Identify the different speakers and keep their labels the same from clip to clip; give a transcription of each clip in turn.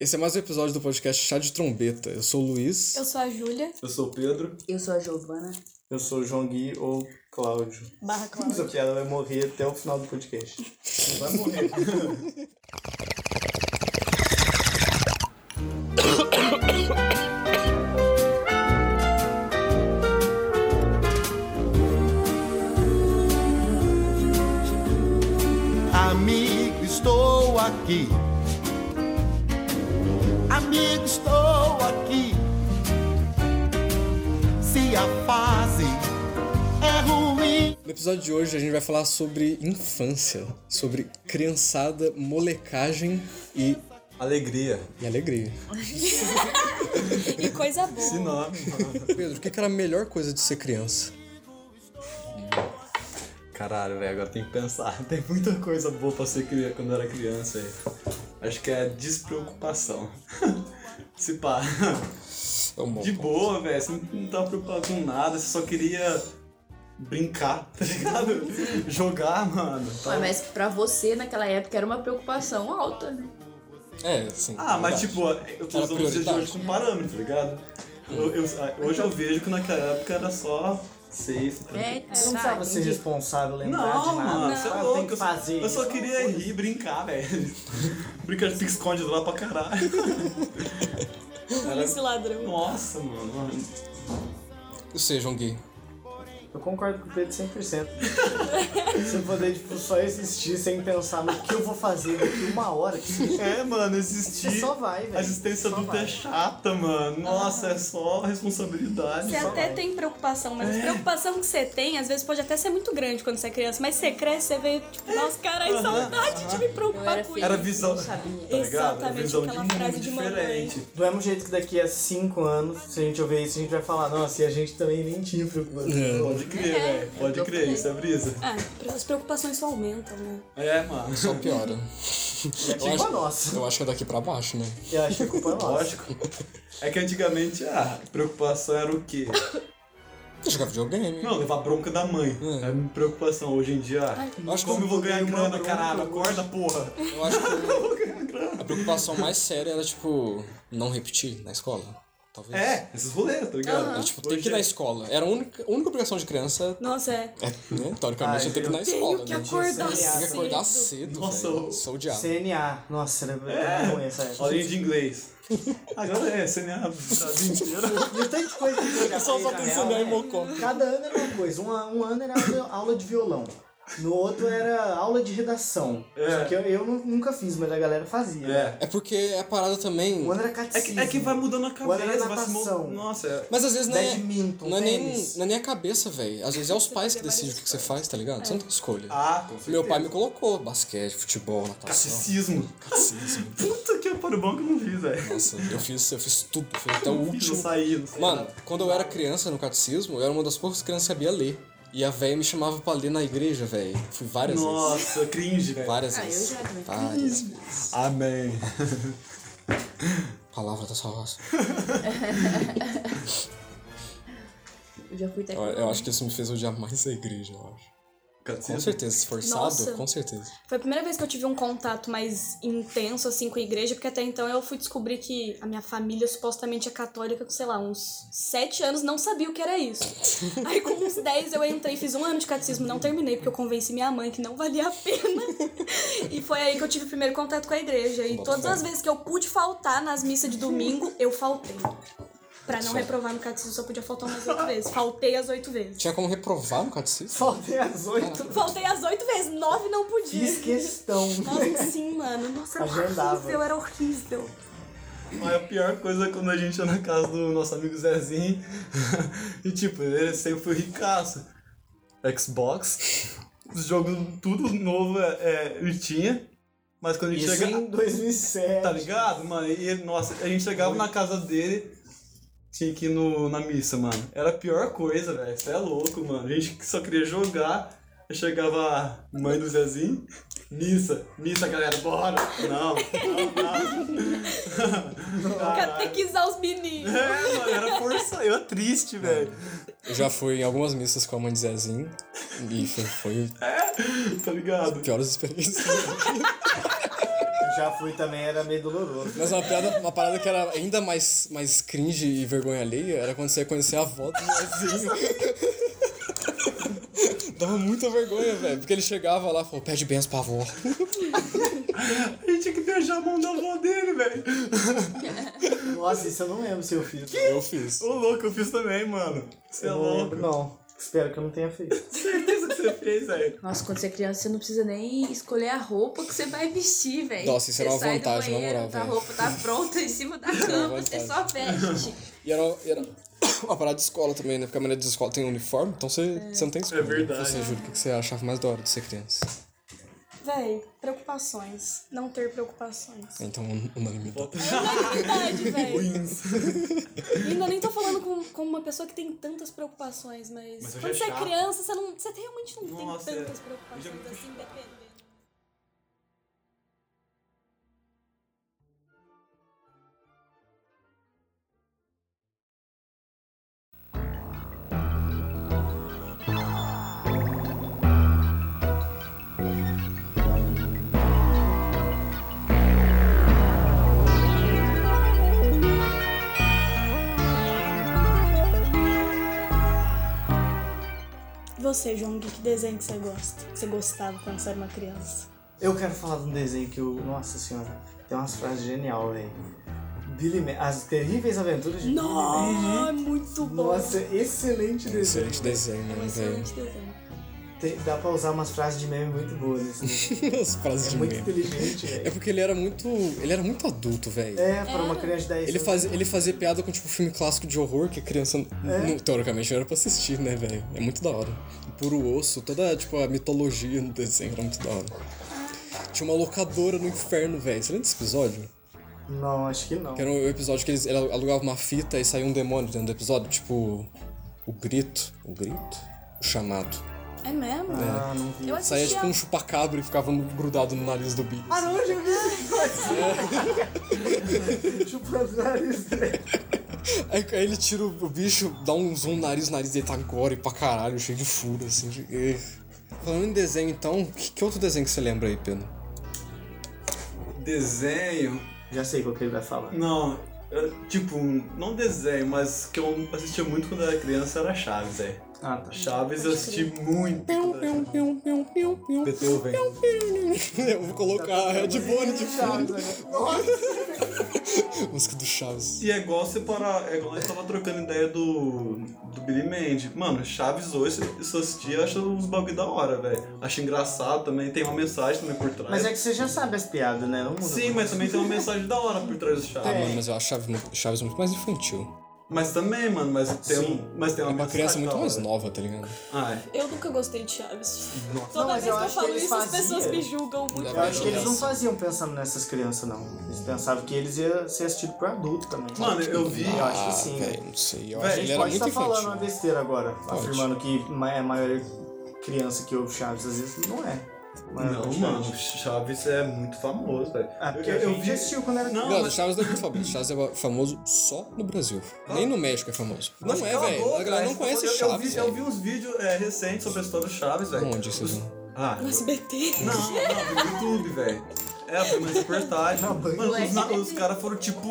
Speaker 1: Esse é mais um episódio do podcast Chá de Trombeta. Eu sou o Luiz.
Speaker 2: Eu sou a Júlia.
Speaker 3: Eu sou o Pedro.
Speaker 4: Eu sou a Giovana.
Speaker 3: Eu sou o João Gui ou Cláudio.
Speaker 2: Barra Cláudio.
Speaker 3: Essa piada vai morrer até o final do podcast. Vai morrer.
Speaker 5: Amigo, estou aqui. Amigo, estou aqui. Se a fase é ruim,
Speaker 1: No episódio de hoje a gente vai falar sobre infância, sobre criançada, molecagem e,
Speaker 3: Alegria.
Speaker 1: e alegria.
Speaker 2: E coisa boa.
Speaker 3: Esse nome.
Speaker 1: Pedro, o que que era a melhor coisa de ser criança?
Speaker 3: Caralho, velho, agora tem que pensar. Tem muita coisa boa pra ser criança quando eu era criança aí. Acho que é a despreocupação. Se pá. De boa, velho. Você não- não tava preocupado com nada, você só queria brincar, tá ligado? Jogar, mano.
Speaker 4: Ué, mas pra você, naquela época, era uma preocupação alta, né?
Speaker 1: É, sim.
Speaker 3: Ah, mas tipo, eu tô
Speaker 1: Era
Speaker 3: usando os dias de
Speaker 1: prioridade.
Speaker 3: hoje como parâmetro, tá ligado? Eu- eu- ah, hoje eu vejo que naquela época era só safe,
Speaker 4: É,
Speaker 3: tranquilo.
Speaker 6: Você não precisava ser responsável, lembrar
Speaker 3: Não,
Speaker 6: de nada.
Speaker 3: mano, você é
Speaker 6: Ah, Tem
Speaker 3: louco.
Speaker 6: que fazer.
Speaker 3: Eu só queria rir, brincar, velho. Brincar de pique-esconde lá pra caralho.
Speaker 2: Esse ladrão.
Speaker 3: Nossa, mano.
Speaker 1: Ou seja, um gay.
Speaker 6: Eu concordo com o Pedro 100%. Você poder, tipo, só existir sem pensar no que eu vou fazer daqui uma hora. Você
Speaker 3: É, mano, existir.
Speaker 6: só vai, velho.
Speaker 3: A existência
Speaker 6: Só
Speaker 3: adulta
Speaker 6: vai.
Speaker 3: é chata, mano. Nossa, é só responsabilidade.
Speaker 2: Você
Speaker 3: só-
Speaker 2: é até tem preocupação,
Speaker 3: É.
Speaker 2: mas a preocupação que você tem, às vezes, pode até ser muito grande quando você é criança, mas você cresce, você vê, tipo,
Speaker 3: É.
Speaker 2: nossa, caralho, saudade de me
Speaker 4: Eu
Speaker 2: preocupar
Speaker 4: era
Speaker 2: com
Speaker 4: feia.
Speaker 2: isso.
Speaker 3: Era visão.
Speaker 4: Não
Speaker 3: Tá
Speaker 4: sabia.
Speaker 3: ligado? Era
Speaker 2: Exatamente
Speaker 3: visão de
Speaker 2: aquela
Speaker 3: mundo
Speaker 2: frase de mamãe.
Speaker 3: diferente.
Speaker 6: Do mesmo jeito que daqui a 5 anos, se a gente ouvir isso, a gente vai falar, nossa, e a gente também nem tinha
Speaker 3: É.
Speaker 1: É,
Speaker 6: preocupação.
Speaker 3: Pode crer, velho. Pode
Speaker 4: eu
Speaker 3: crer, isso é brisa.
Speaker 2: Ah, as preocupações só aumentam, né?
Speaker 3: É, mano.
Speaker 1: Só piora.
Speaker 6: É culpa
Speaker 1: acho-
Speaker 6: nossa.
Speaker 1: Eu acho que é daqui pra baixo, né?
Speaker 6: Eu acho que é culpa nossa.
Speaker 3: Lógico. É que antigamente ah, a preocupação era o quê?
Speaker 1: Jogar videogame.
Speaker 3: Não, levar bronca da mãe. É minha preocupação. Hoje em dia, ah,
Speaker 1: Eu acho que
Speaker 3: como eu vou ganhar
Speaker 6: ganhei uma
Speaker 3: grana,
Speaker 6: bronca
Speaker 3: caralho?
Speaker 6: hoje.
Speaker 3: Acorda, porra.
Speaker 1: Eu acho que a preocupação mais séria era, tipo, não repetir na escola. Talvez.
Speaker 3: É, esses rolês, tá ligado?
Speaker 1: Era, tipo, tem que ir na escola. Era a única, a única obrigação de criança,
Speaker 2: Nossa, é.
Speaker 1: é, né? Teoricamente,
Speaker 6: Ai,
Speaker 1: você tem que ir na
Speaker 6: eu
Speaker 1: escola,
Speaker 2: Tenho que
Speaker 1: né?
Speaker 2: acordar
Speaker 6: Tinha
Speaker 1: Tem que acordar
Speaker 2: cedo.
Speaker 1: cedo,
Speaker 3: Nossa,
Speaker 1: velho.
Speaker 3: eu-
Speaker 1: Sou o diabo.
Speaker 6: CNA. Nossa, era
Speaker 3: É.
Speaker 6: era ruim essa época.
Speaker 3: Olhinho de inglês. Agora é, CNA a vida inteira.
Speaker 6: E o tanto de coisa que eu já
Speaker 1: Só
Speaker 6: fiz,
Speaker 1: só
Speaker 6: na
Speaker 1: pensando
Speaker 3: é
Speaker 6: real, né?
Speaker 1: em mocó.
Speaker 6: Cada ano era uma coisa. Um, um ano era aula, aula de violão. No outro era aula de redação.
Speaker 3: É.
Speaker 6: Só que eu, eu nu- nunca fiz, mas a galera fazia.
Speaker 3: É.
Speaker 1: É porque a parada também.
Speaker 6: Um ano era
Speaker 3: É que,
Speaker 6: catecismo.
Speaker 3: é que vai mudando a
Speaker 6: Quando era
Speaker 3: cabeça, vai se
Speaker 6: natação.
Speaker 3: moldando. Nossa, é.
Speaker 1: Mas às vezes não é,
Speaker 6: Badminton,
Speaker 1: não é, nem,
Speaker 6: tênis.
Speaker 1: não é nem a cabeça, velho. Às vezes é os pais que decidem o que que você faz, tá ligado? Você não tem escolha.
Speaker 3: Ah, com certeza.
Speaker 1: Meu pai me colocou basquete, futebol, natação.
Speaker 3: Catecismo. Puta que pariu, bom que eu não fiz, velho.
Speaker 1: Nossa, eu fiz, eu fiz tudo, fiz até o
Speaker 3: Fiz,
Speaker 1: Então,
Speaker 3: eu
Speaker 1: último.
Speaker 3: saí, não sei
Speaker 1: Mano,
Speaker 3: nada.
Speaker 1: quando eu era criança no catecismo, eu era uma das poucas crianças que sabia ler. E a véia me chamava pra ler na igreja, velho. Fui várias vezes.
Speaker 3: Nossa, cringe, velho.
Speaker 1: Várias
Speaker 4: Ah, eu
Speaker 1: vezes.
Speaker 4: já também.
Speaker 1: Várias vezes.
Speaker 3: Amém.
Speaker 1: Palavra da salvação.
Speaker 4: Eu já fui até
Speaker 1: Eu, eu acho que isso me fez odiar mais a igreja, eu acho. Com
Speaker 3: Catecismo.
Speaker 1: certeza, esforçado,
Speaker 2: Nossa.
Speaker 1: com certeza.
Speaker 2: Foi a primeira vez que eu tive um contato mais intenso, assim, com a igreja, porque até então eu fui descobrir que a minha família supostamente é católica com, sei lá, uns sete anos, não sabia o que era isso. Aí com uns 10 eu entrei, fiz um ano de catecismo, não terminei, porque eu convenci minha mãe que não valia a pena. E foi aí que eu tive o primeiro contato com a igreja. E
Speaker 1: Bota
Speaker 2: todas
Speaker 1: fé.
Speaker 2: as vezes que eu pude faltar nas missas de domingo, eu faltei. Pra não
Speaker 1: Certo.
Speaker 2: reprovar no catecismo, só podia faltar umas oito vezes. Faltei as oito vezes.
Speaker 1: Tinha como reprovar no catecismo?
Speaker 6: Faltei às oito.
Speaker 2: Faltei as oito vezes, nove não podia.
Speaker 6: Fiz questão.
Speaker 2: Nossa, sim, mano. Nossa, era
Speaker 6: Agendava.
Speaker 2: horrível, era horrível.
Speaker 3: Mas a pior coisa é quando a gente ia na casa do nosso amigo Zezinho e tipo, ele sempre foi ricaço. Xbox, os jogos tudo novo é, é, ele tinha, mas quando a gente
Speaker 6: Isso
Speaker 3: chegava.
Speaker 6: em 2007.
Speaker 3: Tá ligado, mano? E ele- nossa, a gente chegava na casa dele, tinha que ir no, na missa, mano. Era a pior coisa, velho. Isso é louco, mano. A gente só queria jogar. Aí Chegava a mãe do Zezinho, missa, missa, galera, bora! Não, não, não. Caralho.
Speaker 2: Catequizar os meninos.
Speaker 3: É, mano, era força. Eu triste, velho.
Speaker 1: Eu já fui em algumas missas com a mãe de Zezinho. E foi, foi
Speaker 3: Tá ligado?
Speaker 1: piores experiências.
Speaker 6: Eu já fui também, era meio doloroso.
Speaker 1: Mas uma, piada, uma parada que era ainda mais, mais cringe e vergonha alheia era quando você ia conhecer a avó do Zezinho. Dava muita vergonha, velho. Porque ele chegava lá e falou, pede bens pra avó.
Speaker 3: A gente tinha que beijar a mão da avó dele, velho.
Speaker 6: Nossa, isso eu não lembro se eu fiz.
Speaker 1: Eu fiz.
Speaker 3: Ô, louco, eu fiz também, mano. Você é
Speaker 6: Eu não
Speaker 3: louco.
Speaker 6: lembro, não. Espero que eu não tenha feito.
Speaker 3: Certeza que você fez, velho.
Speaker 4: Nossa, quando você é criança, você não precisa nem escolher a roupa que você vai vestir, velho.
Speaker 1: Nossa, isso
Speaker 4: Você
Speaker 1: era uma
Speaker 4: sai do
Speaker 1: vantagem, na
Speaker 4: banheiro,
Speaker 1: moral,
Speaker 4: tá, A
Speaker 1: velho. É
Speaker 4: roupa tá pronta em cima da
Speaker 1: uma
Speaker 4: cama, você
Speaker 1: vantagem.
Speaker 4: só veste.
Speaker 1: E era, era uma parada de escola também, né? Porque a maioria de escola tem uniforme, então você, você não tem escola.
Speaker 3: É verdade.
Speaker 1: Você jura o que que você achava mais da hora de ser criança.
Speaker 7: Véi, preocupações. Não ter preocupações.
Speaker 1: Então, unanimidade.
Speaker 7: Unanimidade, véi. E ainda nem tô falando com, com uma pessoa que tem tantas preocupações, mas,
Speaker 3: Mas hoje
Speaker 7: quando
Speaker 3: é
Speaker 7: você é
Speaker 3: chato.
Speaker 7: criança, você, não, você realmente não
Speaker 3: Nossa,
Speaker 7: tem
Speaker 3: é.
Speaker 7: tantas
Speaker 3: Hoje é
Speaker 7: preocupações
Speaker 3: muito
Speaker 7: assim, dependendo. Você, João, que desenho que você gosta? Que você gostava quando você era uma criança?
Speaker 6: Eu quero falar de um desenho que o. Nossa senhora, tem umas frases genial, velho. Billy Ma As Terríveis Aventuras de Billy
Speaker 7: Nossa, é muito
Speaker 6: Mandy.
Speaker 7: bom.
Speaker 6: Nossa, excelente desenho.
Speaker 1: Excelente desenho,
Speaker 7: é um
Speaker 6: Uhum.
Speaker 1: né, velho?
Speaker 7: excelente desenho.
Speaker 6: Tem- dá pra usar umas frases de meme muito boas nesse desenho.
Speaker 1: As frases
Speaker 6: É
Speaker 1: de
Speaker 6: muito
Speaker 1: meme.
Speaker 6: inteligente,
Speaker 1: É
Speaker 6: velho.
Speaker 1: porque ele era muito. Ele era muito adulto, velho.
Speaker 6: É, pra uma criança de 10
Speaker 1: Ele,
Speaker 6: anos.
Speaker 1: faz, ele fazia piada com, tipo, filme clássico de horror que a criança, não- teoricamente, não era pra assistir, né, velho? É muito da hora. O Puro osso, toda, tipo, a mitologia no desenho era muito da hora. Tinha uma locadora no inferno, velho. Você lembra desse episódio?
Speaker 6: Não, acho que não.
Speaker 1: Que era o episódio que eles ela alugava uma fita e saía um demônio dentro do episódio, tipo... O grito. O grito? O chamado.
Speaker 7: É mesmo?
Speaker 6: Ah, não vi.
Speaker 7: Eu
Speaker 1: Saía,
Speaker 7: assistia...
Speaker 1: tipo, um chupacabra e ficava no- grudado no nariz do bicho.
Speaker 6: Ah, não, eu já vi esse negócio. Chupando o nariz dele.
Speaker 1: Aí, aí ele tira o, o bicho, dá um zoom no nariz, o nariz dele tá gore pra caralho, cheio de furo, assim. de- eh. Falando em desenho, então, que, que outro desenho que você lembra aí, Pedro?
Speaker 3: Desenho.
Speaker 6: Já sei qual que ele vai falar.
Speaker 3: Não, eu- tipo, não desenho, mas que eu assistia muito quando era criança era Chaves, velho.
Speaker 6: Ah, tá.
Speaker 3: Chaves eu assisti muito. quando era criança. Beethoven.
Speaker 1: Eu vou colocar headphone de fundo.
Speaker 6: Nossa,
Speaker 1: Música do Chaves.
Speaker 3: E é igual separar. É igual nós tava trocando ideia do. do Billy Mandy. Mano, Chaves hoje, se eu assistir, eu acho uns bagulho da hora, velho. Acho engraçado também, tem uma mensagem também por trás.
Speaker 6: mas é que você já sabe as piadas, né? Não muda
Speaker 3: Sim,
Speaker 6: muito.
Speaker 3: mas também tem uma mensagem da hora por trás do Chaves.
Speaker 1: Ah,
Speaker 6: É.
Speaker 1: mano, mas eu acho Chaves muito, Chaves muito mais infantil.
Speaker 3: Mas também, mano, mas tem,
Speaker 6: Sim.
Speaker 3: um- mas tem
Speaker 1: É
Speaker 3: uma
Speaker 1: uma criança
Speaker 3: mensagem
Speaker 1: muito
Speaker 3: da
Speaker 1: mais
Speaker 3: hora.
Speaker 1: nova, tá ligado?
Speaker 3: Ah, é.
Speaker 7: Eu nunca gostei de Chaves.
Speaker 3: Nossa.
Speaker 7: Toda
Speaker 6: mas
Speaker 7: vez
Speaker 6: eu
Speaker 7: que eu
Speaker 6: acho que
Speaker 7: falo
Speaker 6: eles
Speaker 7: isso, as pessoas
Speaker 6: faziam.
Speaker 7: me julgam muito.
Speaker 1: Deve
Speaker 6: Eu acho que eles não
Speaker 1: Nossa.
Speaker 6: faziam pensando nessas crianças, não. Eles pensavam que eles iam ser assistidos por adulto também.
Speaker 3: Mano, eu vi.
Speaker 6: Eu acho que sim.
Speaker 1: Ah, velho, não sei. Eu
Speaker 3: Véi,
Speaker 1: acho
Speaker 6: a
Speaker 1: que
Speaker 6: gente
Speaker 1: ele era
Speaker 6: pode
Speaker 1: muito
Speaker 6: estar falando né? uma
Speaker 1: infantil.
Speaker 6: besteira agora, afirmando que ma- é a maioria criança que ouve Chaves às vezes não é. Mas
Speaker 3: Não,
Speaker 6: é
Speaker 3: mano, Chaves é muito famoso, velho.
Speaker 6: Ah, porque eu, vi assistiu quando era
Speaker 3: Não,
Speaker 1: Não,
Speaker 3: mas-
Speaker 1: Chaves não é muito famoso. Chaves é famoso só no Brasil. Nem no México é famoso. Não é,
Speaker 3: Cala a
Speaker 1: velho.
Speaker 3: boca,
Speaker 1: A galera não
Speaker 3: velho.
Speaker 1: conhece
Speaker 3: eu, eu
Speaker 1: Chaves.
Speaker 3: vi, eu
Speaker 1: velho.
Speaker 3: vi uns vídeos é, recentes sobre a história do Chaves, velho.
Speaker 1: Onde vocês
Speaker 3: Os-
Speaker 1: viram?
Speaker 3: Ah,
Speaker 7: No SBT.
Speaker 3: não, não, no YouTube, velho. É, foi uma reportagem. Mano, os, na- os caras foram tipo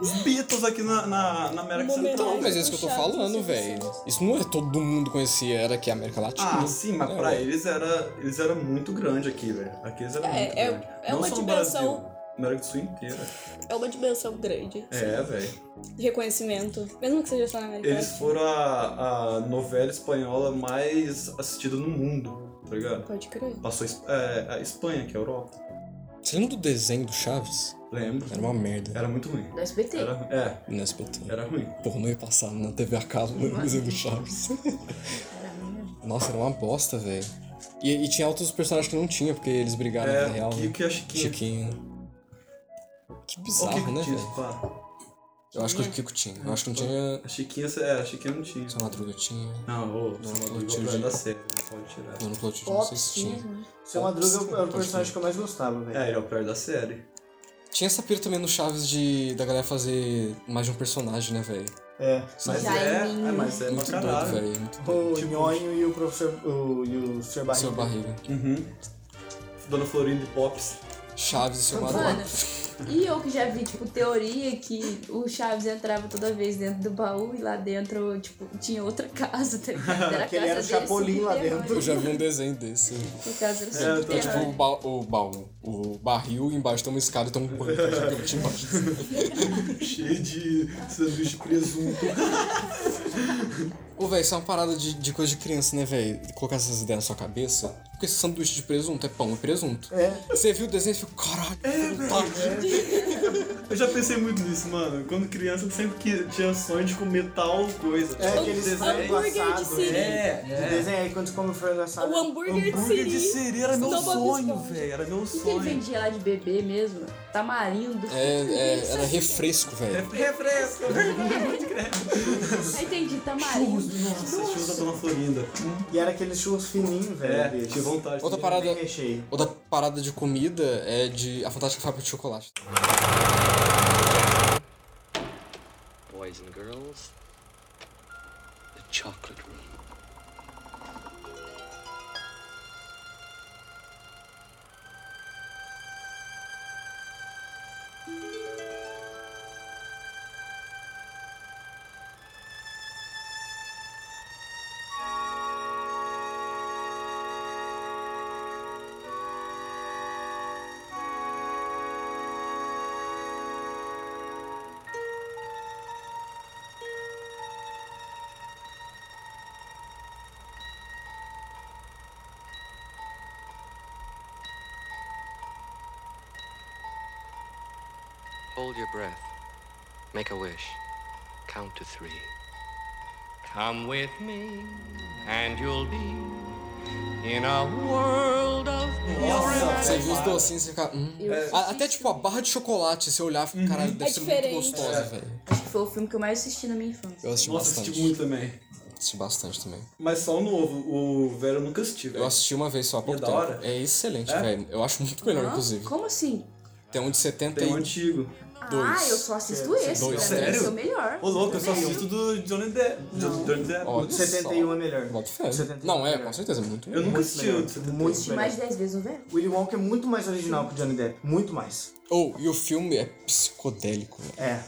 Speaker 3: os Beatles aqui na, na, na América
Speaker 7: Uma homenagem.
Speaker 3: Central.
Speaker 7: Não,
Speaker 1: Não, mas
Speaker 7: mas
Speaker 1: é isso que eu
Speaker 3: tá
Speaker 1: tô
Speaker 7: puxaram,
Speaker 1: falando,
Speaker 7: assim,
Speaker 1: velho.
Speaker 7: assim.
Speaker 1: Isso não é todo mundo conhecia, era aqui a América Latina.
Speaker 3: Ah, sim, mas
Speaker 1: É,
Speaker 3: pra
Speaker 1: ué.
Speaker 3: eles era, eles eram muito grande aqui, velho. Aqui eles eram
Speaker 7: É,
Speaker 3: muito
Speaker 7: é-
Speaker 3: grande.
Speaker 7: é
Speaker 3: Não
Speaker 7: uma
Speaker 3: só
Speaker 7: dimensão-
Speaker 3: no Brasil, América do Sul inteira.
Speaker 7: É uma dimensão grande
Speaker 3: É, velho.
Speaker 7: de reconhecimento. Mesmo que seja só na América
Speaker 3: Eles foram a, a novela espanhola mais assistida no mundo, tá ligado?
Speaker 7: Pode crer.
Speaker 3: Passou a Es- é, a Espanha, que é a Europa.
Speaker 1: Você lembra do desenho do Chaves?
Speaker 3: Lembro.
Speaker 1: Era uma merda.
Speaker 3: Era muito ruim.
Speaker 4: Do SBT.
Speaker 3: Era, é,
Speaker 1: No SBT.
Speaker 3: era ruim.
Speaker 1: Porra, não ia passar na TV a cabo né, o desenho do Chaves. Nossa, era uma bosta, velho. E, e tinha outros personagens que não tinha, porque eles brigaram
Speaker 3: É,
Speaker 1: na real.
Speaker 3: o
Speaker 1: né?
Speaker 3: Kiko e a Chiquinha.
Speaker 1: Chiquinho. Que
Speaker 3: Ó,
Speaker 1: bizarro, né,
Speaker 3: tinha,
Speaker 1: velho?
Speaker 3: pá.
Speaker 1: Eu acho que o Kiko tinha. Eu acho que não tinha.
Speaker 3: A Chiquinha, é, a Chiquinha não tinha.
Speaker 1: Só Madruga tinha.
Speaker 3: Não, ô,
Speaker 1: Não,
Speaker 3: não, não,
Speaker 1: não tinha
Speaker 3: não,
Speaker 1: jeito.
Speaker 3: da série, não pode tirar.
Speaker 1: Não, no Clotilde, não sei se
Speaker 4: Pops tinha.
Speaker 1: tinha.
Speaker 4: né?
Speaker 6: Seu Madruga é o- é o
Speaker 1: Pode
Speaker 6: personagem
Speaker 1: crer.
Speaker 6: que eu mais gostava, velho.
Speaker 3: É, ele é o pior da série.
Speaker 1: Tinha essa pira também no Chaves de da galera fazer mais de um personagem, né, velho?
Speaker 6: É.
Speaker 3: Mas
Speaker 4: Já
Speaker 3: é,
Speaker 4: é minha.
Speaker 3: é, mas é
Speaker 1: Muito
Speaker 3: pra
Speaker 1: doido,
Speaker 3: caralho.
Speaker 1: velho. Muito doido.
Speaker 6: O Nhonho e o professor. O, e o Sr. Barriga.
Speaker 1: Seu barriga.
Speaker 3: Uhum. Dona Florinda e Pops.
Speaker 1: Chaves e seu
Speaker 4: Mano,
Speaker 1: manual.
Speaker 4: e eu que já vi, tipo, teoria que o Chaves entrava toda vez dentro do baú e lá dentro, tipo, tinha outra casa, tá ligado? Era a
Speaker 6: Que ele
Speaker 4: casa
Speaker 6: era o
Speaker 4: dele,
Speaker 6: Chapolin lá
Speaker 7: é
Speaker 4: subterrâneo.
Speaker 1: Eu já vi um desenho desse.
Speaker 4: No caso, era o
Speaker 3: É, eu tô,
Speaker 1: É tipo o,
Speaker 4: subterrâneo.
Speaker 1: ba o baú, o barril, embaixo tem uma escada e tem um banco gigante embaixo.
Speaker 3: Cheio de sanduíche de presunto.
Speaker 1: Ô, velho, isso é uma parada de, de coisa de criança, né, velho? Colocar essas ideias na sua cabeça. Porque esse sanduíche de presunto é pão e presunto.
Speaker 6: É.
Speaker 1: Você viu o desenho e ficou, caralho, vontade.
Speaker 3: Eu já pensei muito nisso, mano. Quando criança, eu sempre que tinha sonho de comer tal coisa.
Speaker 6: É
Speaker 3: Tal
Speaker 6: aquele frango
Speaker 7: Tipo, hambúrguer de
Speaker 6: assado.
Speaker 7: siri.
Speaker 6: né?
Speaker 3: É,
Speaker 6: De
Speaker 3: é.
Speaker 6: desenho aí quando você come frango assado.
Speaker 7: O hambúrguer,
Speaker 3: Hambúrguer de
Speaker 7: de siri.
Speaker 3: sereia era meu
Speaker 7: Não, Bob
Speaker 3: sonho,
Speaker 7: Esponja.
Speaker 3: velho. Era meu
Speaker 4: O que que ele
Speaker 3: sonho.
Speaker 4: vendia lá de bebê mesmo? Tamarindo.
Speaker 1: É, é, era refresco,
Speaker 3: É
Speaker 1: velho.
Speaker 3: refresco.
Speaker 4: Aí Ah, entendi, tamarindo.
Speaker 3: Nossa, churros da Dona tá Florinda.
Speaker 6: E era aqueles churros fininhos, velho.
Speaker 3: É,
Speaker 6: deles.
Speaker 3: tinha vontade.
Speaker 1: Outra
Speaker 3: de-
Speaker 1: parada-
Speaker 6: Bem recheio.
Speaker 1: Outra parada de comida é de A Fantástica Fábrica de Chocolate.
Speaker 8: boys and girls, the chocolate room. Hold your breath. Make a wish. Count to three. Come with me, and you'll be in a world of
Speaker 1: Você viu os docinhos e fica. Hum. A- Até tipo a barra de chocolate, se olhar, fica, caralho, deve
Speaker 7: É
Speaker 1: ser
Speaker 7: diferente.
Speaker 1: muito gostosa, velho.
Speaker 4: Acho que foi o filme que eu mais assisti na minha infância.
Speaker 1: Eu assisti
Speaker 3: Nossa,
Speaker 1: bastante.
Speaker 3: assisti muito também.
Speaker 1: Assisti bastante também.
Speaker 3: Mas só o novo, o velho eu nunca assisti, velho.
Speaker 1: Eu assisti uma vez só há pouco
Speaker 3: É. da
Speaker 1: tempo.
Speaker 3: hora?
Speaker 1: É excelente, velho. Eu acho muito melhor,
Speaker 4: Hã?
Speaker 1: inclusive.
Speaker 4: Como assim?
Speaker 1: Tem um de
Speaker 3: Tem um
Speaker 1: 72.
Speaker 3: antigo.
Speaker 1: Dois.
Speaker 4: Ah, eu só assisto esse.
Speaker 1: Dois.
Speaker 4: Pra mim, esse é
Speaker 3: Sério?
Speaker 4: o melhor.
Speaker 3: Ô louco, eu só assisto do Johnny Depp. Do Johnny Depp.
Speaker 1: um. Olha
Speaker 6: O de 71 é melhor.
Speaker 1: Bota fé.
Speaker 6: O 71
Speaker 1: Não, é,
Speaker 6: melhor.
Speaker 1: com certeza, muito
Speaker 3: Eu
Speaker 1: melhor.
Speaker 3: nunca assisti o de
Speaker 6: Muito melhor.
Speaker 3: 71.
Speaker 6: Muito
Speaker 4: Assisti
Speaker 6: melhor.
Speaker 4: mais de 10 vezes no velho.
Speaker 6: Willy Wonka é muito mais original que o Johnny Depp. Muito mais.
Speaker 1: Ou, e o filme é psicodélico, velho.
Speaker 6: É.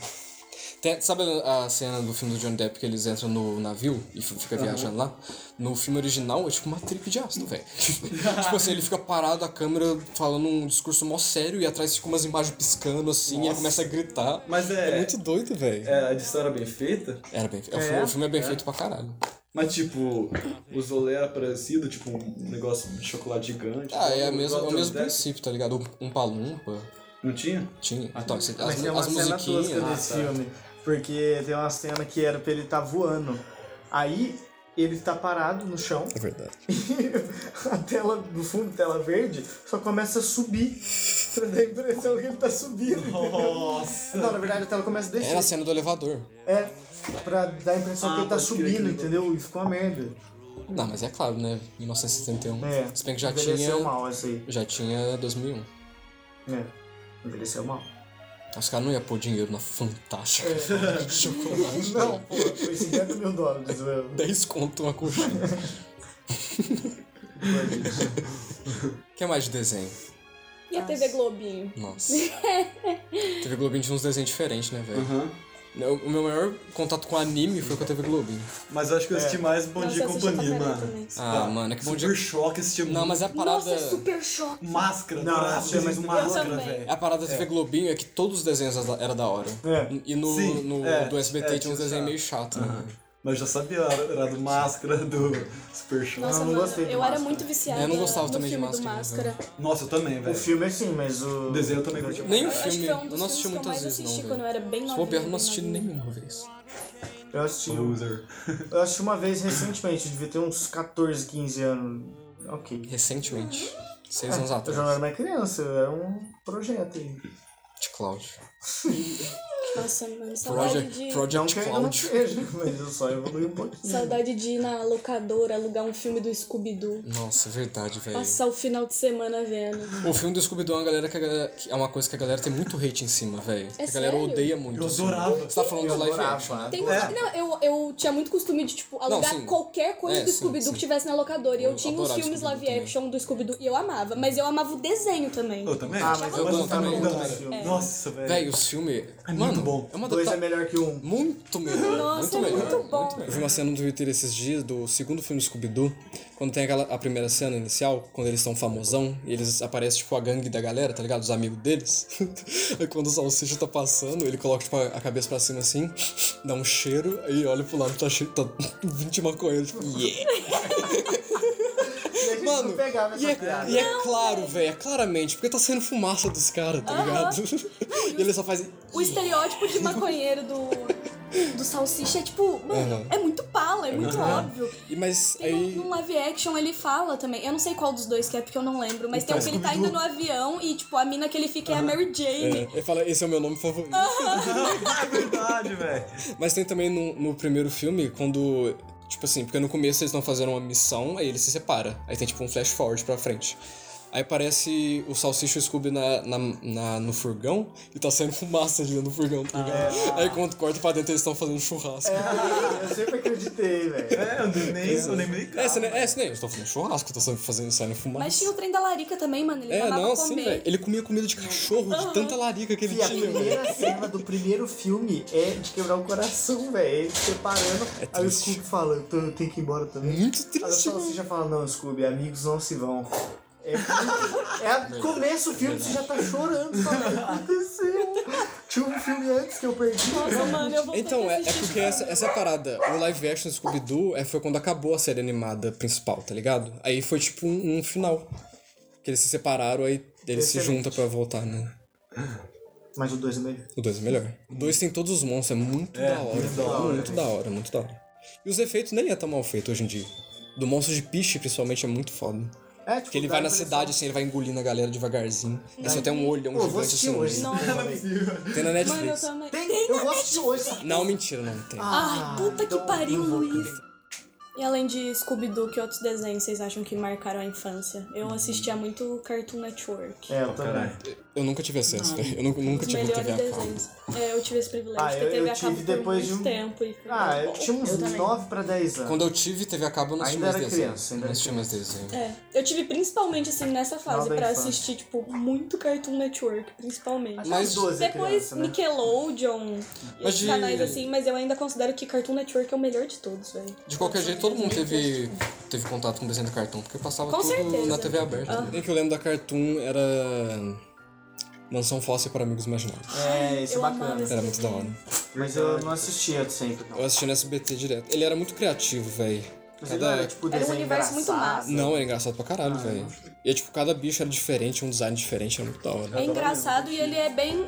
Speaker 1: Tem- sabe a cena do filme do Johnny Depp que eles entram no navio e fi- fica viajando lá? No filme original é tipo uma trip de ácido, velho. tipo assim, ele fica parado, a câmera falando um discurso mó sério e atrás fica umas imagens piscando assim e ele começa a gritar.
Speaker 3: Mas é-
Speaker 1: É muito doido, velho.
Speaker 3: É, a história era bem feita.
Speaker 1: Era bem o filme- O filme é bem feito pra caralho.
Speaker 3: Mas tipo, o Zolé era parecido, tipo um negócio de chocolate gigante.
Speaker 1: Ah, é,
Speaker 3: Igual
Speaker 1: a mesma,
Speaker 3: do
Speaker 1: é o
Speaker 3: Johnny
Speaker 1: mesmo
Speaker 3: Depp.
Speaker 1: princípio, tá ligado? Um palumpa
Speaker 3: Não tinha?
Speaker 1: tinha. Então, esse-
Speaker 6: Mas
Speaker 1: as,
Speaker 6: tem uma
Speaker 1: as
Speaker 6: cena tosca
Speaker 1: musiquinhas. ah,
Speaker 6: desse
Speaker 3: tá.
Speaker 6: filme. Porque tem uma cena que era pra ele estar voando. Aí ele tá parado no chão.
Speaker 1: É verdade.
Speaker 6: a tela do fundo, tela verde, só começa a subir. Pra dar a impressão que ele tá subindo.
Speaker 3: Nossa!
Speaker 6: Não, na verdade a tela começa a descer.
Speaker 1: Era assim. a cena do elevador.
Speaker 6: É, pra dar a impressão
Speaker 3: Ah,
Speaker 6: que ele tá
Speaker 3: pode crer,
Speaker 6: subindo,
Speaker 3: que
Speaker 6: entendeu? E ficou uma merda.
Speaker 1: Não, mas é claro, né? 1971.
Speaker 6: É.
Speaker 1: Se bem que já
Speaker 6: envelheceu
Speaker 1: tinha.
Speaker 6: mal essa aí.
Speaker 1: Já tinha 2001.
Speaker 6: É, envelheceu mal.
Speaker 1: Os caras não iam pôr dinheiro na fantástica.
Speaker 6: É.
Speaker 1: de chocolate.
Speaker 6: Não, pô, foi 50 mil dólares, velho.
Speaker 1: 10 conto uma coxinha. O que mais de desenho?
Speaker 7: E a TV Globinho.
Speaker 1: Nossa. TV Globinho tinha uns desenhos diferentes, né, velho?
Speaker 3: Aham.
Speaker 1: O meu maior contato com anime foi com a TV Globinho.
Speaker 3: Mas eu acho que eu assisti mais Bom
Speaker 7: Nossa,
Speaker 3: Dia
Speaker 7: eu
Speaker 3: e
Speaker 7: assisti
Speaker 3: Companhia,
Speaker 7: pra caralho
Speaker 3: mano.
Speaker 7: também.
Speaker 6: Tá.
Speaker 1: Ah, mano, é que bom dia.
Speaker 3: Super choque, assistia
Speaker 1: Não, mas é a parada.
Speaker 7: Nossa, super choque.
Speaker 3: Máscara,
Speaker 6: Não,
Speaker 3: adorava
Speaker 6: assistia
Speaker 3: desenho do
Speaker 6: mais
Speaker 7: do
Speaker 3: é Máscara,
Speaker 7: Máscara.
Speaker 3: velho.
Speaker 1: É a parada da TV Globinho é que todos os desenhos eram da hora.
Speaker 6: É.
Speaker 1: E no,
Speaker 3: Sim,
Speaker 1: no
Speaker 3: é,
Speaker 1: do SBT
Speaker 3: é,
Speaker 1: tinha uns
Speaker 3: tinha
Speaker 1: desenhos
Speaker 3: chato.
Speaker 1: meio chato, né?
Speaker 3: Mas eu já sabia, era era do Máscara, do Super Choque.
Speaker 7: Nossa,
Speaker 6: não
Speaker 7: mano,
Speaker 6: gostei de
Speaker 7: eu
Speaker 6: Máscara.
Speaker 7: era muito viciada
Speaker 1: É, Eu não gostava
Speaker 7: no
Speaker 1: também de
Speaker 7: filme do
Speaker 1: Máscara,
Speaker 7: Máscara.
Speaker 3: Nossa, eu também,
Speaker 6: O
Speaker 3: velho.
Speaker 6: filme é sim, mas o.
Speaker 3: O desenho eu também curti.
Speaker 1: Nem o
Speaker 7: Eu acho
Speaker 1: filme.
Speaker 7: que foi um
Speaker 1: Eu
Speaker 7: dos
Speaker 1: não assisti
Speaker 7: filmes que eu
Speaker 1: muitas
Speaker 7: mais
Speaker 1: vezes,
Speaker 7: assisti
Speaker 1: não.
Speaker 7: quando eu
Speaker 1: velho.
Speaker 7: era bem
Speaker 1: Se
Speaker 7: novinha.
Speaker 1: bobear, eu não
Speaker 7: bem
Speaker 1: assisti
Speaker 7: novinha.
Speaker 1: nenhuma vez.
Speaker 6: Eu assisti, um
Speaker 3: Loser.
Speaker 6: eu assisti uma vez recentemente, eu devia ter uns 14, 15 anos. Ok.
Speaker 1: Recentemente. Seis anos
Speaker 6: É. Eu já não
Speaker 1: atrás. Tipo,
Speaker 6: era mais criança, eu era um projeto aí.
Speaker 1: De Cláudio.
Speaker 2: Nossa, mano, saudade
Speaker 1: Project,
Speaker 2: de.
Speaker 6: Não
Speaker 1: Project
Speaker 6: que eu ainda não
Speaker 1: Cloud.
Speaker 6: seja, mas eu só evolui um pouquinho.
Speaker 2: Saudade de ir na locadora alugar um filme do Scooby-Doo.
Speaker 1: Nossa, é verdade, velho.
Speaker 2: Passar o final de semana vendo.
Speaker 1: O filme do Scooby-Doo é uma, galera que a galera- que é uma coisa que a galera tem muito hate em cima, velho.
Speaker 2: É
Speaker 1: a galera
Speaker 2: sério?
Speaker 1: odeia muito.
Speaker 3: Eu
Speaker 1: assim.
Speaker 3: adorava.
Speaker 1: Você tá falando do live action.
Speaker 2: Tem,
Speaker 3: É.
Speaker 2: Não, eu, eu tinha muito costume de, tipo, alugar
Speaker 1: sim.
Speaker 2: qualquer coisa
Speaker 1: É,
Speaker 2: do
Speaker 1: sim,
Speaker 2: Scooby-Doo
Speaker 1: sim.
Speaker 2: que tivesse na locadora. E
Speaker 1: Eu
Speaker 2: eu tinha uns
Speaker 1: adorava
Speaker 2: filmes
Speaker 1: Scooby-Doo
Speaker 2: live
Speaker 1: também.
Speaker 2: action do Scooby-Doo e eu amava. Mas eu amava o desenho também.
Speaker 3: Eu também.
Speaker 6: Ah, mas
Speaker 1: eu
Speaker 3: Mas
Speaker 1: gosto também,
Speaker 3: não
Speaker 1: eu
Speaker 3: gosto.
Speaker 6: também.
Speaker 3: Nossa,
Speaker 1: Velho,
Speaker 3: velho.
Speaker 1: os filmes.
Speaker 3: É muito
Speaker 1: mano,
Speaker 3: bom.
Speaker 1: É uma
Speaker 6: Dois
Speaker 1: adapta-
Speaker 6: é melhor que um.
Speaker 1: Muito melhor.
Speaker 2: Nossa,
Speaker 1: muito
Speaker 2: é
Speaker 1: melhor,
Speaker 2: muito bom.
Speaker 1: Eu vi uma cena no Twitter esses dias do segundo filme do Scooby-Doo, quando tem aquela a primeira cena inicial, quando eles são famosão, e eles aparecem tipo a gangue da galera, tá ligado? Os amigos deles. Aí quando o Salsicha tá passando, ele coloca tipo a a cabeça pra cima assim, dá um cheiro, aí olha pro lado, tá cheio, tá 20 maconheiros, tipo, yeah.
Speaker 6: Deixa
Speaker 1: Mano,
Speaker 6: eu pegar nessa
Speaker 1: e é,
Speaker 6: piada.
Speaker 1: e é claro, velho, é claramente, porque tá saindo fumaça dos caras, tá ligado? e ele só faz.
Speaker 2: O estereótipo de maconheiro do, do Salsicha é, tipo, mano,
Speaker 1: Aham.
Speaker 2: é muito pala, é muito
Speaker 1: Aham.
Speaker 2: óbvio.
Speaker 1: E mas
Speaker 2: Tem
Speaker 1: aí.
Speaker 2: um, num live action ele fala também. Eu não sei qual dos dois que é, porque eu não lembro. Mas
Speaker 1: Então,
Speaker 2: tem um que ele tá indo no avião e, tipo, a mina que ele fica é a Mary Jane.
Speaker 1: É, ele fala, esse é o meu nome favorito.
Speaker 3: É verdade, velho.
Speaker 1: Mas tem também no, no primeiro filme, quando. Tipo assim, porque no começo eles estão fazendo uma missão, aí eles se separam. Aí tem tipo um flash forward pra frente. Aí aparece o Salsicha e o Scooby na, na, na- no furgão e tá saindo fumaça ali no furgão, tá ligado? Aí quando corta pra dentro eles estão fazendo churrasco. É,
Speaker 6: Eu sempre acreditei, velho.
Speaker 3: É, eu nem, eu nem me
Speaker 1: essa, né? Essa, né? Eles estão fazendo churrasco, estão saindo, fazendo, saindo fumaça.
Speaker 2: Mas tinha o trem da Larica também, mano. Ele
Speaker 1: É,
Speaker 2: amava
Speaker 1: não, assim,
Speaker 2: comer.
Speaker 1: velho. Ele comia comida de cachorro, de tanta larica que ele
Speaker 6: E a
Speaker 1: tinha, velho.
Speaker 6: primeira cena do primeiro filme é de quebrar o coração, velho. Ele se separando. aí o
Speaker 1: É triste.
Speaker 6: Scooby fala, eu, tô- eu tenho que ir embora também.
Speaker 1: Muito
Speaker 6: Aí o
Speaker 1: triste, velho.
Speaker 6: Salsicha fala, não, Scooby, amigos não se vão. É, é a- começa o filme, você já tá chorando, fala, o que aconteceu? Tinha um filme antes que eu perdi.
Speaker 2: Nossa, mano, eu vou ter
Speaker 1: Então,
Speaker 2: que
Speaker 1: é, é
Speaker 2: assistir
Speaker 1: porque
Speaker 2: de
Speaker 1: essa,
Speaker 2: novo.
Speaker 1: essa é a parada. O live action do Scooby-Doo é, foi quando acabou a série animada principal, tá ligado? Aí foi tipo um, um final. Que eles se separaram, aí eles se
Speaker 6: Excelente.
Speaker 1: juntam pra voltar, né?
Speaker 6: Mas o dois é melhor.
Speaker 1: O 2 é melhor. O 2 tem todos os monstros, é muito da hora. Muito, da hora,
Speaker 6: né?
Speaker 1: muito da hora, muito da hora. E os efeitos nem é tão mal feito hoje em dia. Do monstro de piche, principalmente, é muito foda.
Speaker 6: É, tipo,
Speaker 1: Porque ele
Speaker 6: dá
Speaker 1: vai
Speaker 6: a
Speaker 1: na
Speaker 6: impressão-
Speaker 1: cidade, assim, ele vai engolindo a galera devagarzinho. É só tem um olhão
Speaker 6: Pô, eu vou
Speaker 1: gigante
Speaker 6: assistir
Speaker 1: assim.
Speaker 6: hoje.
Speaker 1: Não.
Speaker 2: Nossa,
Speaker 1: Tem na
Speaker 2: mano, eu
Speaker 1: Netflix.
Speaker 2: também.
Speaker 6: Tem, eu vou assistir hoje.
Speaker 1: Não, mentira, não tem.
Speaker 2: Ai, puta que
Speaker 6: então
Speaker 2: pariu,
Speaker 6: eu vou
Speaker 2: Luiz.
Speaker 6: querer.
Speaker 2: E além de Scooby-Doo, que outros desenhos vocês acham que marcaram a infância? Eu assistia muito Cartoon Network.
Speaker 6: Hum. É, eu também.
Speaker 1: Eu nunca tive acesso, velho. Eu nunca, nunca
Speaker 2: Os
Speaker 1: tive TV
Speaker 2: melhores
Speaker 1: a cabo.
Speaker 2: desenhos. É, eu tive esse privilégio,
Speaker 6: Ah,
Speaker 2: porque
Speaker 6: eu-
Speaker 2: teve
Speaker 6: eu
Speaker 2: a cabo
Speaker 6: tive
Speaker 2: por
Speaker 6: depois
Speaker 2: muito
Speaker 6: de um-
Speaker 2: tempo. E foi
Speaker 6: Ah,
Speaker 2: muito
Speaker 6: eu
Speaker 2: bom.
Speaker 6: tinha uns 9 pra 10 anos.
Speaker 1: Quando eu tive TV a cabo, eu não assistia
Speaker 6: Ainda
Speaker 1: mais
Speaker 6: era
Speaker 1: desenho.
Speaker 6: criança, ainda
Speaker 1: não
Speaker 6: era
Speaker 1: assistia mais desenho.
Speaker 2: É, eu tive principalmente, assim, nessa fase,
Speaker 6: da
Speaker 2: pra
Speaker 6: infância.
Speaker 2: assistir, tipo, muito Cartoon Network, principalmente.
Speaker 1: Mas
Speaker 6: Mas 12
Speaker 2: Depois
Speaker 6: criança, né?
Speaker 2: Nickelodeon e
Speaker 1: Mas
Speaker 2: os
Speaker 1: de-
Speaker 2: canais assim, mas eu ainda considero que Cartoon Network é o melhor de todos, velho.
Speaker 1: De qualquer jeito, todo mundo teve, teve contato com desenho da Cartoon, porque passava
Speaker 2: Com
Speaker 1: tudo
Speaker 2: certeza.
Speaker 1: na TV aberta. O que eu lembro da Cartoon era Mansão Fóssil para Amigos Imaginários.
Speaker 6: É, isso é
Speaker 2: Eu
Speaker 6: bacana.
Speaker 2: amava esse
Speaker 1: Era muito da hora.
Speaker 6: Mas eu não assistia sempre, não.
Speaker 1: Eu assistia no SBT direto. Ele era muito criativo, velho.
Speaker 6: Mas ele não
Speaker 1: Cada...
Speaker 6: era, tipo,
Speaker 2: Era um
Speaker 6: desenho
Speaker 2: universo muito
Speaker 6: engraçado.
Speaker 1: Não, era engraçado pra
Speaker 2: Ah.
Speaker 1: caralho, velho. E, tipo, cada bicho era diferente, um design diferente, era muito da hora.
Speaker 2: É engraçado e ele é bem.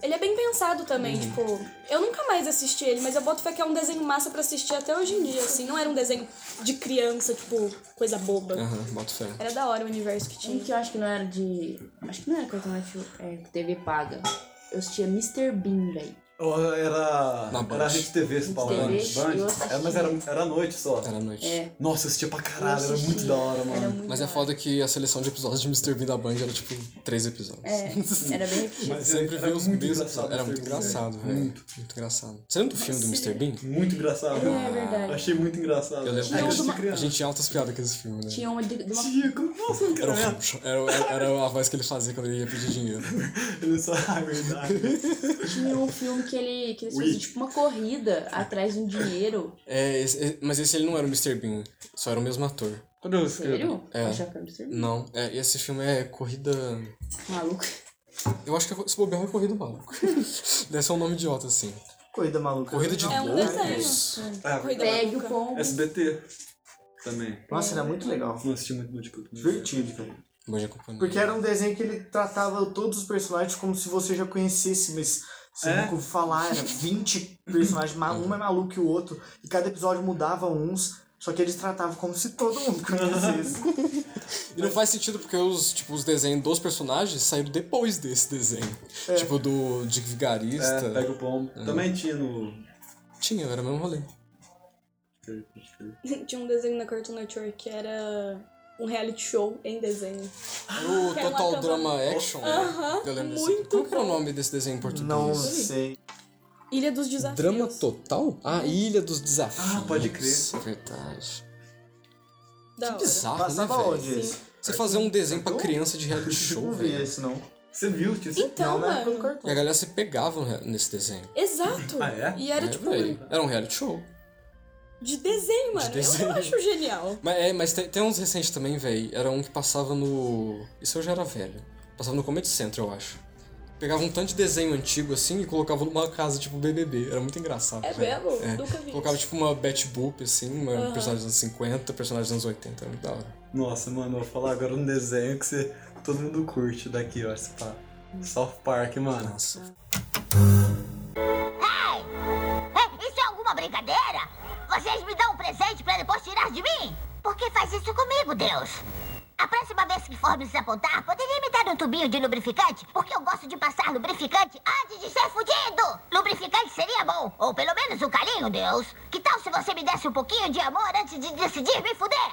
Speaker 2: Ele é bem pensado também,
Speaker 1: Uhum.
Speaker 2: tipo. Eu nunca mais assisti ele, mas eu boto fé que é um desenho massa pra assistir até hoje em dia, assim. Não era um desenho de criança, tipo, coisa boba.
Speaker 1: Aham, bota fé.
Speaker 2: Era da hora o universo que
Speaker 4: Um
Speaker 2: tinha.
Speaker 4: que eu acho que não era de. Acho que não era Cartoon Network, é, TV paga. Eu assistia Mr. Bean, velho.
Speaker 3: Ó, Era.
Speaker 1: Na
Speaker 3: Era
Speaker 1: Band.
Speaker 3: a Rede TV esse pau,
Speaker 4: Rede
Speaker 3: né?
Speaker 4: TV, eu assistia.
Speaker 3: É, mas era, era à noite só.
Speaker 1: Era à noite.
Speaker 4: É.
Speaker 3: Nossa, eu assistia pra
Speaker 4: eu
Speaker 3: caralho, era
Speaker 4: assistia,
Speaker 3: muito da hora,
Speaker 4: Era
Speaker 3: mano.
Speaker 4: muito
Speaker 1: Mas
Speaker 4: da
Speaker 1: é foda que a seleção de episódios de Mr. Bean da Band era, tipo, três episódios.
Speaker 4: É, era bem repetido.
Speaker 3: Mas
Speaker 1: Sempre
Speaker 3: era
Speaker 1: vê os
Speaker 3: muito
Speaker 1: mesmos.
Speaker 3: engraçado,
Speaker 1: Era muito
Speaker 3: Mr. Bean, velho.
Speaker 1: engraçado, velho. Muito. engraçado. Você lembra do filme do Mr. Bean?
Speaker 3: Muito engraçado.
Speaker 4: É verdade.
Speaker 3: Achei muito engraçado.
Speaker 1: Eu lembro
Speaker 3: Aí
Speaker 1: que
Speaker 3: eu
Speaker 1: a
Speaker 3: assisti
Speaker 1: gente, a
Speaker 3: criança.
Speaker 1: gente tinha altas piadas com esse filme, né?
Speaker 4: Tinha uma de, de uma
Speaker 3: Tinha como- Nossa,
Speaker 1: Era, um o
Speaker 3: cara,
Speaker 1: Ramshaw. era, o- era, era a voz que ele fazia quando ele ia pedir dinheiro.
Speaker 3: ele só. Ah, é verdade.
Speaker 4: Tinha um filme que, ele, que eles
Speaker 3: Ui.
Speaker 4: faziam tipo uma corrida atrás de um dinheiro.
Speaker 1: É, esse- é, mas esse ele não era o Mr. Bean, só era o mesmo ator.
Speaker 3: Quando eu
Speaker 4: Sério?
Speaker 1: É.
Speaker 4: Eu achava que era Mr. Bean.
Speaker 1: Não, é, esse filme é Corrida.
Speaker 4: Maluco.
Speaker 1: Eu acho que se bobear é Corrida Maluco. Deve ser um nome idiota, assim.
Speaker 6: Corrida maluca.
Speaker 1: Corrida de
Speaker 2: É um
Speaker 1: loucos.
Speaker 2: desenho.
Speaker 3: Ah,
Speaker 2: Corrida
Speaker 4: Pegue o
Speaker 2: maluca.
Speaker 4: pombo.
Speaker 3: SBT. Também.
Speaker 6: Nossa, era muito legal.
Speaker 3: Não assisti muito Bandicoot. mas-
Speaker 6: Divertido, cara.
Speaker 1: Bom dia, companhia.
Speaker 6: Porque era um desenho que ele tratava todos os personagens como se você já conhecesse, mas você
Speaker 3: É?
Speaker 6: nunca ouviu falar. Era 20 personagens, ma- um é maluco que o outro. E cada episódio mudava uns. Só que eles tratavam como se todo mundo conhecesse.
Speaker 1: E não faz sentido porque os, tipo, os desenhos dos personagens saíram depois desse desenho. Tipo, do Dick Vigarista.
Speaker 3: É, pega o pombo. Também tinha no.
Speaker 1: Tinha, era o mesmo rolê.
Speaker 6: Uhum.
Speaker 7: Tinha um desenho na Cartoon Network que era um reality show em desenho.
Speaker 1: Era o
Speaker 7: Aquela
Speaker 1: Total
Speaker 7: cama-
Speaker 1: Drama Action. né?
Speaker 7: um Aham,
Speaker 1: eu lembro desse.
Speaker 7: muito
Speaker 1: Qual que era o nome desse desenho em português?
Speaker 6: Não sei.
Speaker 7: Ilha dos Desafios.
Speaker 1: Drama Total? Ah, Ilha dos Desafios. É
Speaker 3: Ah, pode crer.
Speaker 1: Verdade.
Speaker 7: Da hora.
Speaker 1: Bizarro,
Speaker 6: Passava
Speaker 1: né, velho?
Speaker 6: onde esse?
Speaker 1: Você fazer um desenho pra criança de
Speaker 3: Hum.
Speaker 1: reality
Speaker 6: Eu
Speaker 1: show,
Speaker 6: não vi
Speaker 1: velho.
Speaker 6: esse, não.
Speaker 3: Você viu, tipo? tio?
Speaker 7: Então,
Speaker 6: não, né?
Speaker 3: né?
Speaker 6: na época do
Speaker 7: mano.
Speaker 1: E a
Speaker 6: cartão.
Speaker 1: galera se pegava no- nesse desenho.
Speaker 7: Exato.
Speaker 3: Ah, é?
Speaker 7: E era
Speaker 1: É,
Speaker 7: tipo
Speaker 1: velho. Era um reality show.
Speaker 7: de desenho, mano.
Speaker 1: desenho.
Speaker 7: Eu acho genial.
Speaker 1: Mas, é, mas tem, tem uns recentes também, velho. Era um que passava no. Isso eu já era velho. Passava no Comedy Central, eu acho. Pegava um tanto de desenho antigo assim e colocava numa casa tipo BBB. Era muito engraçado.
Speaker 7: É
Speaker 1: velho.
Speaker 7: mesmo?
Speaker 1: É.
Speaker 7: Nunca vi.
Speaker 1: Colocava tipo uma Betty Boop assim, uma
Speaker 7: Aham.
Speaker 1: personagem dos anos 50, personagem dos anos 80. Era muito da hora.
Speaker 3: Nossa, mano, eu vou falar agora um desenho que você, todo mundo curte daqui, ó. Esse pá. South Park, mano.
Speaker 1: Nossa.
Speaker 9: Ei! Ei, isso é alguma brincadeira? Vocês me dão um presente pra depois tirar de mim? Por que faz isso comigo, Deus? A próxima vez que for me desapontar, poderia me dar um tubinho de lubrificante? Porque eu gosto de passar lubrificante antes de ser fudido! Lubrificante seria bom, ou pelo menos um carinho, Deus. Que tal se você me desse um pouquinho de amor antes de decidir me fuder?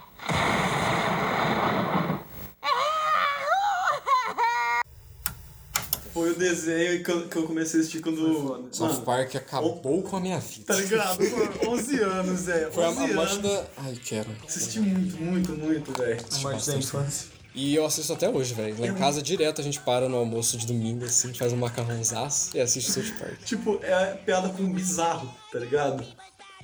Speaker 3: Foi o desenho que eu, que eu comecei a assistir quando.
Speaker 1: South
Speaker 3: Mano,
Speaker 1: Park acabou com a minha vida.
Speaker 3: Tá ligado? Por 11 anos, Zé.
Speaker 1: Foi a,
Speaker 3: 11
Speaker 1: a morte
Speaker 3: anos.
Speaker 1: da. Ai, quero.
Speaker 3: Assisti muito, muito, muito, velho.
Speaker 6: Morte da infância.
Speaker 1: E eu assisto até hoje, velho. Lá em casa direto a gente para no almoço de domingo, assim, faz um macarrãozaço e assiste South Park.
Speaker 3: Tipo, é a piada com bizarro, tá ligado?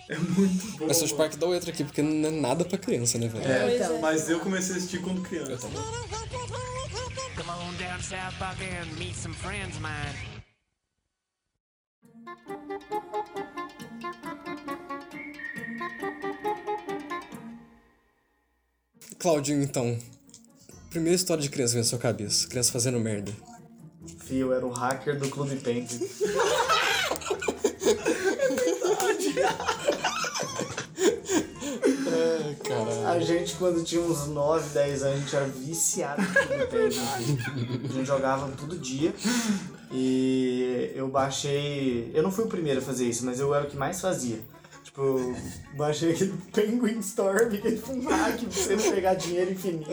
Speaker 3: É muito bom.
Speaker 1: Mas South
Speaker 3: mano.
Speaker 1: Park dá outra aqui, porque não é nada pra criança, né, velho?
Speaker 3: É,
Speaker 4: Pois é.
Speaker 3: mas eu comecei a assistir quando criança.
Speaker 10: Come on down to South Park and Tá meet some friends of mine.
Speaker 1: Claudinho, então. Primeira história de criança vem na sua cabeça. Criança fazendo merda.
Speaker 6: Fio era o hacker do Clube Penguin.
Speaker 1: Ai, caralho.
Speaker 6: A gente, quando tinha uns 9, 10 anos, a gente era viciado no Clube Penguin. A gente jogava todo dia. E eu baixei. Eu não fui o primeiro a fazer isso, mas eu era o que mais fazia. Tipo, eu baixei aquele Penguin Storm, aquele hack pra você pegar dinheiro infinito,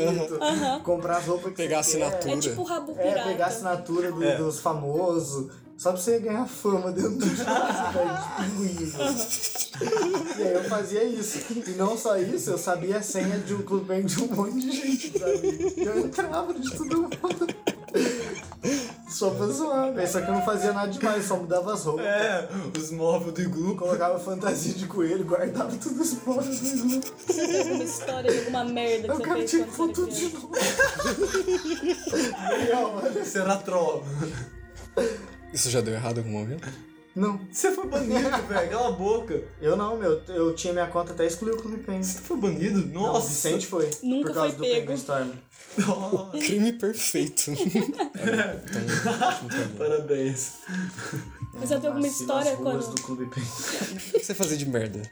Speaker 6: comprar as roupas que
Speaker 1: Pegar
Speaker 6: você quer.
Speaker 1: assinatura.
Speaker 7: É tipo o rabo
Speaker 6: É,
Speaker 7: pirata.
Speaker 6: pegar a assinatura do-
Speaker 3: É.
Speaker 6: dos famosos. Só pra você ganhar fama dentro do espaço, velho, de pinguim, velho. E aí eu fazia isso. E não só isso, eu sabia a senha de um clube Penguin de um monte de gente, sabe? Eu entrava de todo mundo. Só pra zoar, velho. Só que eu não fazia nada demais, só mudava as roupas.
Speaker 3: É, os móveis do grupo.
Speaker 6: Colocava fantasia de coelho, guardava tudo os móveis do grupo.
Speaker 7: Teve uma história de alguma merda que
Speaker 6: Eu quero
Speaker 7: você
Speaker 6: tinha
Speaker 7: fez
Speaker 6: que pôr
Speaker 7: quando você
Speaker 6: tudo
Speaker 7: era
Speaker 6: de
Speaker 7: criança.
Speaker 6: novo. Real, mano.
Speaker 3: Você era troll.
Speaker 1: Isso já deu errado em algum momento?
Speaker 6: Não,
Speaker 3: Você foi banido, velho. Cala a boca.
Speaker 6: eu não, meu. Eu tinha minha conta até excluir o Clube Penguin.
Speaker 3: Você foi banido?
Speaker 6: Não,
Speaker 3: Nossa.
Speaker 6: o Vicente foi.
Speaker 7: Nunca
Speaker 6: por causa
Speaker 7: foi
Speaker 6: do
Speaker 7: pego.
Speaker 6: Penguin Storm.
Speaker 3: Nossa.
Speaker 1: Crime perfeito. Então,
Speaker 3: Parabéns.
Speaker 7: Mas eu tenho alguma
Speaker 6: Nasci nas
Speaker 7: história
Speaker 6: ruas
Speaker 7: quando.
Speaker 6: do Clube Penguin.
Speaker 1: o que você fazia de merda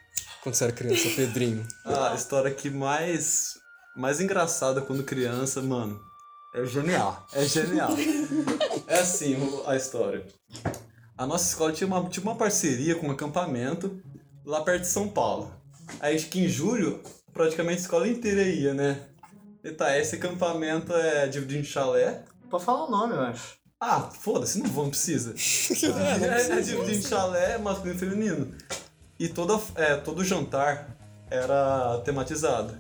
Speaker 1: quando você era criança, Pedrinho?
Speaker 3: Ah, a história que mais, mais engraçada quando criança, mano. É genial. É genial. é assim o- a história. A nossa escola tinha uma, tinha uma parceria com um acampamento lá perto de São Paulo. Aí acho que em julho, praticamente a escola inteira ia, né? E tá, esse acampamento é dividido em chalé.
Speaker 6: Pode falar o nome, eu acho.
Speaker 3: Ah, foda-se, não vamos, precisa. É, é dividido em chalé, masculino e feminino. E toda, é, todo jantar era tematizado.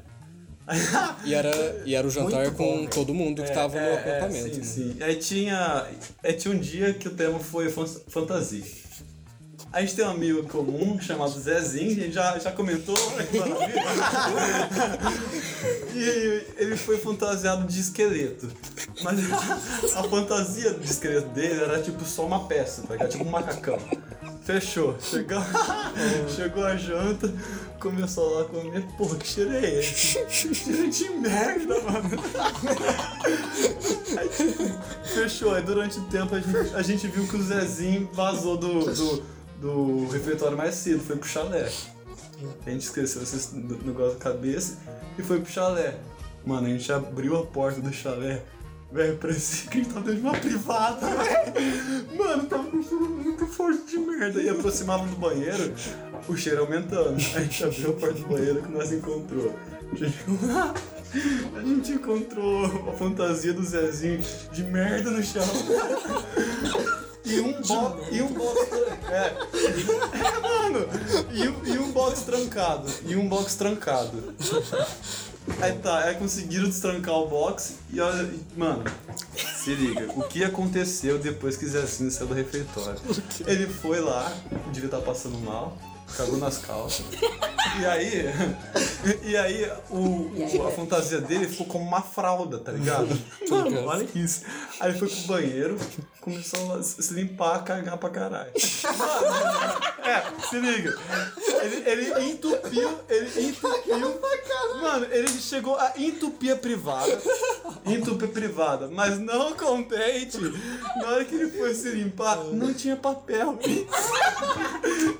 Speaker 1: E era, e era o jantar
Speaker 6: Muito bom,
Speaker 1: com
Speaker 6: velho.
Speaker 1: todo mundo que tava no
Speaker 3: É, é,
Speaker 1: acampamento.
Speaker 3: sim,
Speaker 1: né?
Speaker 3: sim. Aí tinha, aí tinha um dia que o tema foi fan- fantasia. A gente tem um amigo em comum chamado Zezinho, a gente já, já comentou. né, que maravilha. e ele foi fantasiado de esqueleto. Mas a fantasia de esqueleto dele era tipo só uma peça, tá ligado? Tipo um macacão. Fechou. Chegou, chegou a janta, começou lá a comer. Pô, que cheiro é esse? Cheiro de merda, mano. Fechou. Aí durante o tempo a gente, a gente viu que o Zezinho vazou do, do, do refeitório mais cedo, foi pro chalé. A gente esqueceu esse negócio da cabeça e foi pro chalé. Mano, a gente abriu a porta do chalé. Velho, parecia que a gente tava dentro de uma privada, velho. Mano, tava um cheiro muito forte de merda. E aproximava do banheiro, o cheiro aumentando. A gente abriu a porta do banheiro que nós encontrou. A gente, a gente encontrou a fantasia do Zezinho de merda no chão. E um box. E um box. É. É, mano. E, um- e um box trancado. E um box trancado. Aí tá, aí conseguiram destrancar o box e olha. e- Mano, se liga, o que aconteceu depois que Zezinho saiu do refeitório? Ele foi lá, devia estar passando mal, cagou nas calças. E aí. E aí, o, o- a fantasia dele ficou como uma fralda, tá ligado? Mano, olha isso. Aí ele foi pro banheiro, começou a se limpar, a cagar pra caralho. É, se liga. Ele, ele entupiu, ele entupiu. Mano, ele chegou a entupir a privada. Entupir a privada. Mas não contente, na hora que ele foi se limpar, não tinha papel.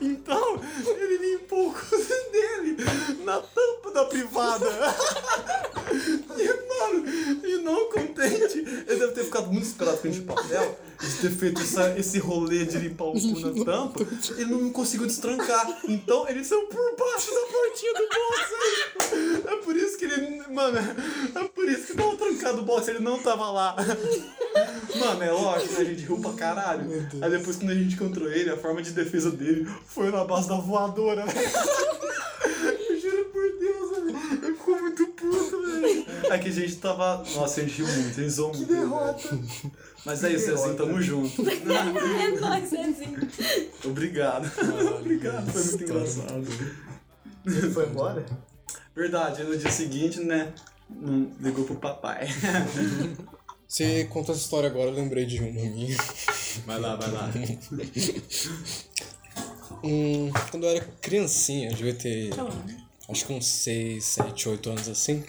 Speaker 3: Então, ele limpou o cozinho dele na tampa da privada. E, mano, e não contente, ele deve ter ficado muito esperado com de papel, de ter feito essa- esse rolê de limpar o cu na tampa, ele não conseguiu destrancar. Então, ele saiu por baixo da portinha do box. É por isso que ele, mano, é por isso que tava trancado o box, ele não tava lá. Mano, é lógico, né? a gente riu pra caralho. Aí depois, quando a gente encontrou ele, a forma de defesa dele foi na base da voadora. Eu juro por Deus, velho. Eu fico muito puto, velho. É que a gente tava. Nossa, a gente riu muito, a gente zoou muito. Que derrota. Mas é isso, Zezinho, tamo junto.
Speaker 7: É nóis, Zezinho.
Speaker 3: Obrigado. Obrigado, foi muito engraçado.
Speaker 6: Ele foi embora?
Speaker 3: Verdade, no dia seguinte, né? hum, Ligou pro papai.
Speaker 1: Você conta essa história agora, eu lembrei de um, uma minha.
Speaker 3: Vai lá, vai lá.
Speaker 1: Hum, quando eu era criancinha, eu devia ter acho que uns 6, 7, 8 anos assim.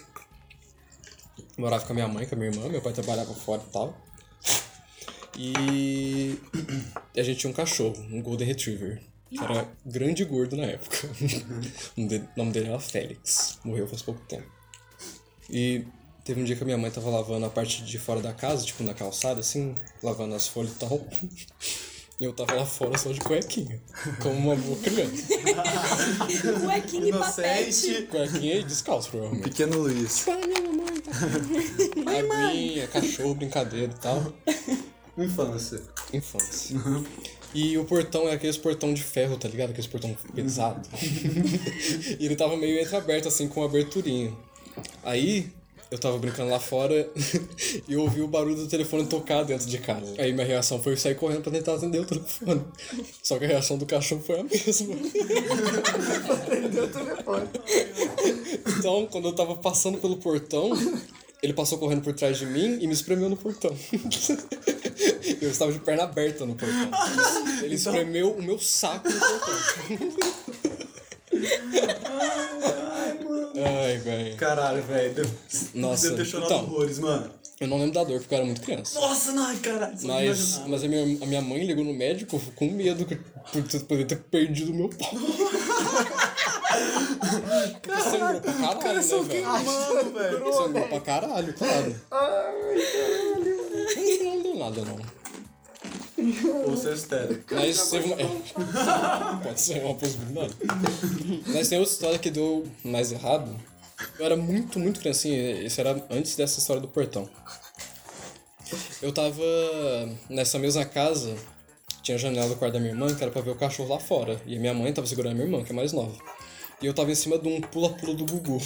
Speaker 1: Eu morava com a minha mãe, com a minha irmã, meu pai trabalhava fora e tal. E a gente tinha um cachorro, um Golden Retriever, que era grande e gordo na época. o nome dele- o nome dele era Félix, morreu faz pouco tempo. E teve um dia que a minha mãe tava lavando a parte de fora da casa, tipo na calçada, assim, lavando as folhas e tal. E eu tava lá fora só de cuequinha, como uma boa criança.
Speaker 7: Cuequinha e papete.
Speaker 1: Cuequinha e descalço, provavelmente.
Speaker 3: Pequeno Luiz.
Speaker 1: Aguinha, cachorro, brincadeira e tal.
Speaker 3: Infância.
Speaker 1: Infância. E o portão é aqueles portão de ferro, tá ligado? Aqueles portão pesado. e ele tava meio entreaberto, assim, com uma aberturinha. Aí, eu tava brincando lá fora e eu ouvi o barulho do telefone tocar dentro de casa. Aí minha reação foi sair correndo pra tentar atender o telefone. Só que a reação do cachorro foi a mesma. Então, quando eu tava passando pelo portão, ele passou correndo por trás de mim e me espremeu no portão. Eu estava de perna aberta no portão.
Speaker 3: Então-
Speaker 1: Ele espremeu o meu saco no portão. Ai, velho.
Speaker 3: Caralho, velho. deu-
Speaker 1: Nossa,
Speaker 3: Deu ter chorado
Speaker 1: então.
Speaker 3: horrores, mano.
Speaker 1: Eu não lembro da dor porque eu era muito criança.
Speaker 3: Nossa, não, caralho. só
Speaker 1: Mas, mas a, minha, a minha mãe ligou no médico com medo que- por ter- poder ter perdido o meu pau. Sangrou pra caralho,
Speaker 3: é
Speaker 1: né, velho?
Speaker 3: Mano, velho.
Speaker 1: Sangrou é pra caralho, claro. Mas Não deu nada, não.
Speaker 3: Ou seu estéreo.
Speaker 1: Mas teve uma... é. Pode ser uma possibilidade. Mas tem outra história que deu mais errado. Eu era muito, muito criancinha. Isso era antes dessa história do portão. Eu tava nessa mesma casa. Tinha a janela do quarto da minha irmã, que era pra ver o cachorro lá fora. E a minha mãe tava segurando a minha irmã, que é mais nova. E eu tava em cima de um pula-pula do Gugu.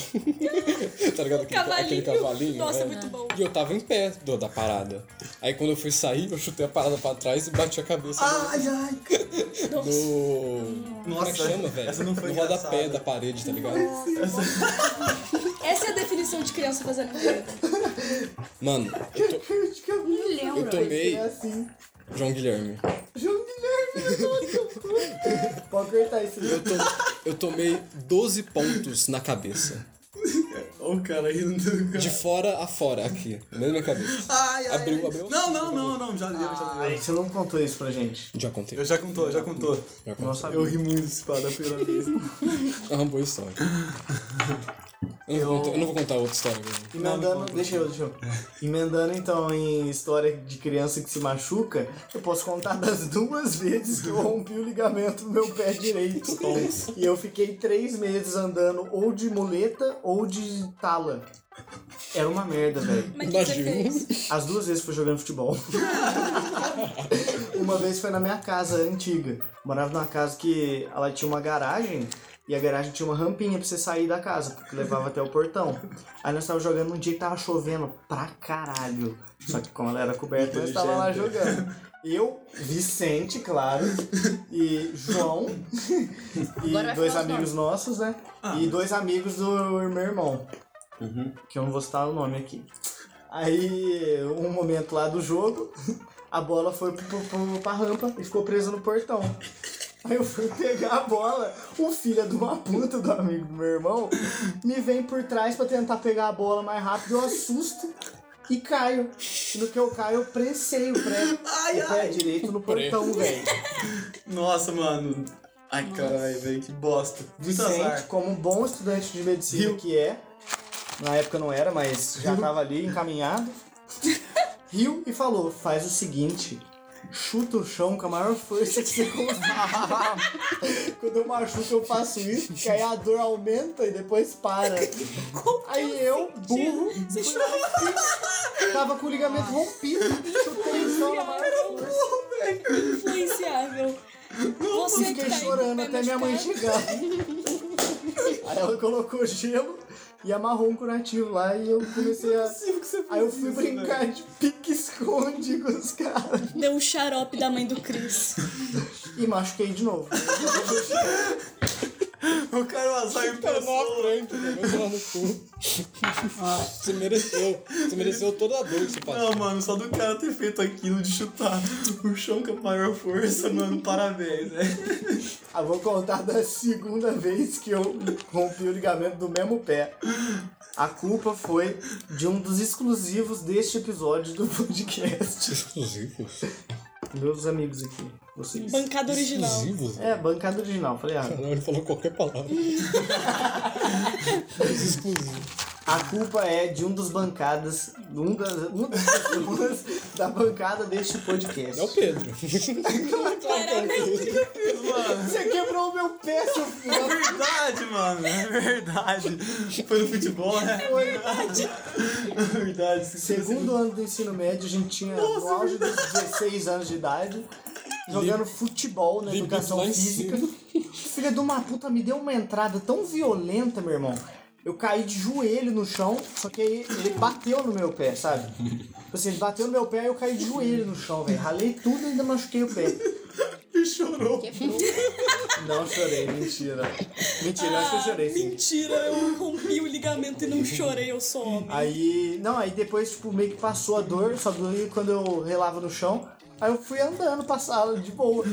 Speaker 1: tá ligado? Aquele
Speaker 7: Cavalinho.
Speaker 1: Aquele cavalinho.
Speaker 7: Nossa, é
Speaker 1: né?
Speaker 7: muito bom.
Speaker 1: E eu tava em pé do, da parada. Aí quando eu fui sair, eu chutei a parada pra trás e bati a cabeça no-
Speaker 3: Ai, ai.
Speaker 1: no. Como é que
Speaker 3: Nossa,
Speaker 1: chama, velho?
Speaker 3: essa não foi
Speaker 1: no rodapé
Speaker 3: engraçada.
Speaker 1: da parede, tá ligado?
Speaker 7: Essa é a definição de criança fazendo merda.
Speaker 1: Mano, eu, to- eu tomei.
Speaker 3: é
Speaker 6: assim.
Speaker 1: João Guilherme.
Speaker 6: João Guilherme, Pode cortar isso.
Speaker 1: Eu, to- eu tomei 12 pontos na cabeça.
Speaker 3: o cara rindo do
Speaker 1: De
Speaker 3: cara.
Speaker 1: fora a fora, aqui. Mesma cabeça.
Speaker 3: Ai, ai,
Speaker 1: Abriu,
Speaker 3: ai.
Speaker 1: abriu.
Speaker 3: Não, não, não, não, já deu, já
Speaker 6: A
Speaker 3: deu.
Speaker 6: gente não contou isso pra gente.
Speaker 1: Já contei.
Speaker 3: Eu já contou, já contou.
Speaker 1: Já contei.
Speaker 6: Não sabia.
Speaker 3: Eu ri muito desse pá da primeira vez.
Speaker 1: É uma boa história. Eu, Não, vou contar, eu não vou contar outra história. agora.
Speaker 3: não,
Speaker 6: Emendando,
Speaker 3: não.
Speaker 6: deixa eu, deixa eu. Emendando então em história de criança que se machuca, eu posso contar das duas vezes que eu rompi o ligamento do meu pé direito. e eu fiquei três meses andando ou de muleta ou de tala. Era uma merda, velho.
Speaker 2: Mas o que você
Speaker 1: Imagina.
Speaker 2: fez?
Speaker 6: As duas vezes foi jogando futebol. uma vez foi na minha casa antiga. Morava numa casa que ela tinha uma garagem e a garagem tinha uma rampinha pra você sair da casa, porque levava até o portão. Aí nós tava jogando um dia que tava chovendo pra caralho. Só que como ela era coberta, nós tava lá jogando. Eu, Vicente, claro, e João,
Speaker 11: Agora
Speaker 6: e
Speaker 11: vai
Speaker 6: dois
Speaker 11: falar os
Speaker 6: amigos nossos, né? e dois amigos do meu irmão. Que eu não vou citar o nome aqui. Aí, um momento lá do jogo, a bola foi pro, pro- pro- pra rampa e ficou presa no portão. Aí eu fui pegar a bola, o filho é de uma puta do amigo do meu irmão me vem por trás pra tentar pegar a bola mais rápido, eu assusto e caio. No que eu caio, eu prensei o pé, o pé direito no portão, velho.
Speaker 3: Nossa, mano. Ai, caralho, velho, que bosta. Muito
Speaker 6: Vicente,
Speaker 3: azar.
Speaker 6: como um bom estudante de medicina
Speaker 3: Riu.
Speaker 6: que é, na época não era, mas já tava ali encaminhado, riu e falou: faz o seguinte. Chuta o chão com a maior força que você conseguir. Quando eu machuco, eu faço isso, que aí a dor aumenta e depois para. Aí eu, burro,
Speaker 2: Você chorou.
Speaker 6: tava com o ligamento rompido, chutei o chão na maior força.
Speaker 2: Influenciável.
Speaker 6: Eu
Speaker 2: Você que
Speaker 6: fiquei
Speaker 2: tá aí com o
Speaker 6: chorando
Speaker 2: pé
Speaker 6: até minha mãe
Speaker 2: machucado.
Speaker 6: chegar. aí ela colocou gelo e amarrou um curativo lá e eu comecei a. Aí eu fui brincar de pique-esconde com os caras.
Speaker 2: Deu um xarope da mãe do Cris.
Speaker 6: E machuquei de novo.
Speaker 3: O cara é um azar
Speaker 2: Tá
Speaker 3: em
Speaker 1: Cara, mó
Speaker 3: pessoa.
Speaker 1: prank, velho. Vai tomar no cu. Você mereceu. Você mereceu toda a dor que você passou.
Speaker 3: Não, mano, só do cara ter feito aquilo de chutar o chão com a maior força, mano, parabéns, né?
Speaker 6: Ah, vou contar da segunda vez que eu rompi o ligamento do mesmo pé. A culpa foi de um dos exclusivos deste episódio do podcast.
Speaker 1: Exclusivo.
Speaker 6: Meus amigos aqui, vocês.
Speaker 2: Bancada original.
Speaker 1: Exclusivo?
Speaker 6: É, bancada original. Falei, ah,
Speaker 1: Não, ele falou qualquer palavra. Mas exclusivo.
Speaker 6: A culpa é de um dos bancadas, um das, um das pessoas da bancada deste podcast.
Speaker 1: É o Pedro. Claramente.
Speaker 6: Você quebrou o meu pé, seu filho.
Speaker 3: É verdade, mano, é verdade. Foi no futebol, né? É verdade. É verdade.
Speaker 6: Segundo ano do ensino médio, a gente tinha no auge dos 16 anos de idade, jogando futebol na
Speaker 1: Libido lá
Speaker 6: educação
Speaker 1: em
Speaker 6: física.
Speaker 1: cima.
Speaker 6: Filha de uma puta, me deu uma entrada tão violenta, meu irmão. Eu caí de joelho no chão, só que aí ele bateu no meu pé, sabe? Tipo Assim, ele bateu no meu pé e eu caí de joelho no chão, velho. Ralei tudo e ainda machuquei o pé.
Speaker 11: Quebrou.
Speaker 6: Não chorei, mentira. Mentira, eu acho que eu chorei sim.
Speaker 2: Mentira, eu rompi o ligamento e não chorei, eu sou homem.
Speaker 6: Aí, não, aí depois, tipo, meio que passou a dor, só doía quando eu relava no chão. Aí eu fui andando pra sala de boa.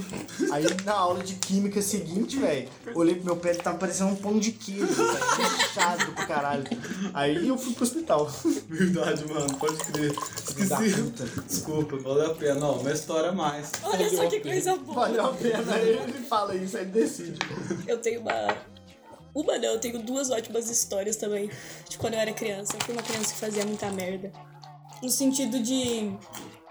Speaker 6: Aí na aula de química seguinte, velho, olhei pro meu pé, ele tava parecendo um pão de queijo, velho, inchado pra caralho. Aí eu fui pro hospital.
Speaker 3: Verdade, mano, pode crer.
Speaker 6: Da
Speaker 3: Esqueci.
Speaker 6: puta.
Speaker 3: Desculpa, valeu a pena. Não, uma história a mais.
Speaker 2: Olha só que coisa boa.
Speaker 6: Valeu a pena, aí ele fala isso, aí ele decide.
Speaker 2: Eu tenho uma. Uma não, eu tenho duas ótimas histórias também de quando eu era criança. Eu fui uma criança que fazia muita merda. No sentido de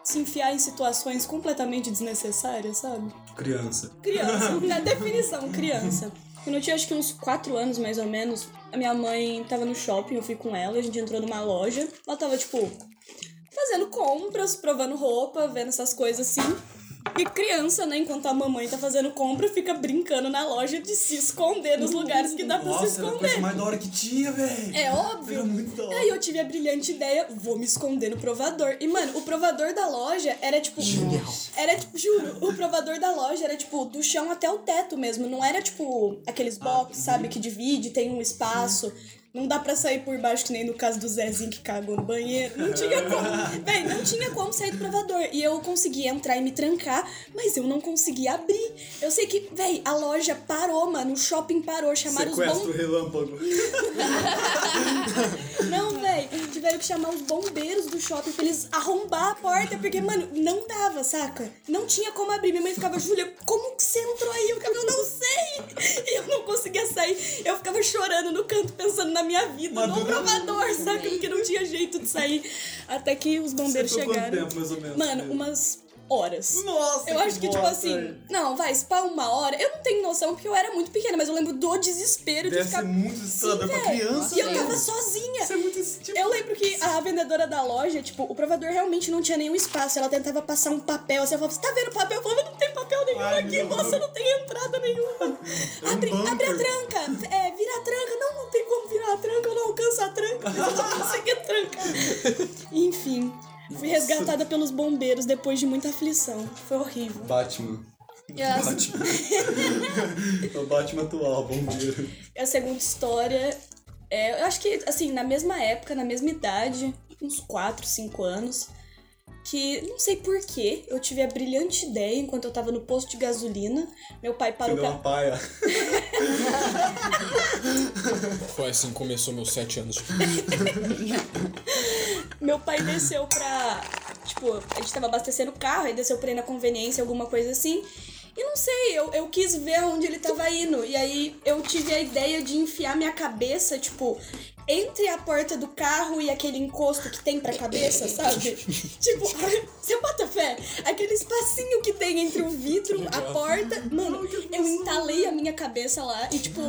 Speaker 2: se enfiar em situações completamente desnecessárias, sabe?
Speaker 3: Criança.
Speaker 2: Criança, na definição, criança. Quando eu tinha acho que uns 4 anos, mais ou menos, a minha mãe tava no shopping, eu fui com ela, a gente entrou numa loja. Ela tava, tipo, fazendo compras, provando roupa, vendo essas coisas assim. E criança, né, enquanto a mamãe tá fazendo compra, fica brincando na loja de se esconder nos lugares que dá pra se
Speaker 3: Nossa, era a coisa
Speaker 2: esconder.
Speaker 3: mais da hora que tinha, velho.
Speaker 2: É óbvio.
Speaker 3: Era muito da hora.
Speaker 2: Aí eu tive a brilhante ideia, vou me esconder no provador. E, mano, o provador da loja era tipo.
Speaker 6: Genial.
Speaker 2: Era tipo, juro, o provador da loja era tipo do
Speaker 3: Ah, uhum.
Speaker 2: chão até o teto mesmo. Não era tipo aqueles box, sabe, que divide, tem um espaço. Não dá pra sair por baixo, que nem no caso do Zezinho que cagou no banheiro. Não tinha como. Véi, não tinha como sair do provador. E eu consegui entrar e me trancar, mas eu não consegui abrir. Eu sei que, véi, a loja parou, mano. O shopping parou. Chamaram os
Speaker 3: Sequestro
Speaker 2: bombeiros.
Speaker 3: relâmpago.
Speaker 2: Não, véi. Tiveram que chamar os bombeiros do shopping pra eles arrombar a porta, porque, mano, não dava, saca? Não tinha como abrir. Minha mãe ficava, Júlia, como que você entrou aí? Eu ficava, eu não sei. E eu não conseguia sair. Eu ficava chorando no canto, pensando na minha vida, no
Speaker 3: Madura-
Speaker 2: provador, saca? Porque não tinha jeito de sair. Até que os bombeiros
Speaker 3: Você ficou quanto
Speaker 2: chegaram.
Speaker 3: tempo, mais ou menos? É.
Speaker 2: Mano, umas horas.
Speaker 3: Nossa,
Speaker 2: Eu acho que, tipo
Speaker 3: bosta,
Speaker 2: assim,
Speaker 3: velho.
Speaker 2: não, vai, se pá uma hora. Eu não tenho noção porque eu era muito pequena, mas eu lembro do desespero
Speaker 3: Deve
Speaker 2: de ficar.
Speaker 3: ser muito assustador pra
Speaker 2: Sim, véi.
Speaker 3: criança.
Speaker 2: E eu
Speaker 3: velho.
Speaker 2: tava sozinha.
Speaker 3: Isso é muito tipo,
Speaker 2: Eu lembro que a vendedora da loja, tipo, o provador realmente não tinha nenhum espaço. Ela tentava passar um papel, assim, ela falava, você tá vendo papel? Eu falava, não tem papel nenhum
Speaker 3: Ai,
Speaker 2: aqui,
Speaker 3: não.
Speaker 2: moça, não tem entrada nenhuma.
Speaker 3: É um
Speaker 2: abre,
Speaker 3: bunker.
Speaker 2: abre a tranca, é, vira a tranca. Não, não tem como virar a tranca, eu não alcanço a tranca. Eu não consegui a tranca. Enfim, fui resgatada pelos bombeiros depois de muita aflição. Foi horrível.
Speaker 3: Batman.
Speaker 2: E a,
Speaker 3: É o Batman atual, bombeiro.
Speaker 2: a segunda história é, eu acho que, assim, na mesma época, na mesma idade, uns 4, 5 anos, que não sei porquê, eu tive a brilhante ideia enquanto eu tava no posto de gasolina. Meu pai
Speaker 3: Que
Speaker 2: parou
Speaker 3: deu é uma
Speaker 2: pra.
Speaker 3: paia.
Speaker 1: Foi assim que começou meus sete anos.
Speaker 2: Meu pai desceu pra. Tipo, a gente tava abastecendo o carro, aí desceu pra ir na conveniência, alguma coisa assim. E não sei, eu, eu quis ver onde ele tava indo. E aí eu tive a ideia de enfiar minha cabeça, tipo, entre a porta do carro e aquele encosto que tem pra cabeça, sabe? tipo, você bota fé? Aquele espacinho que tem entre o vidro, a porta. Mano, eu entalei a minha cabeça lá e, tipo,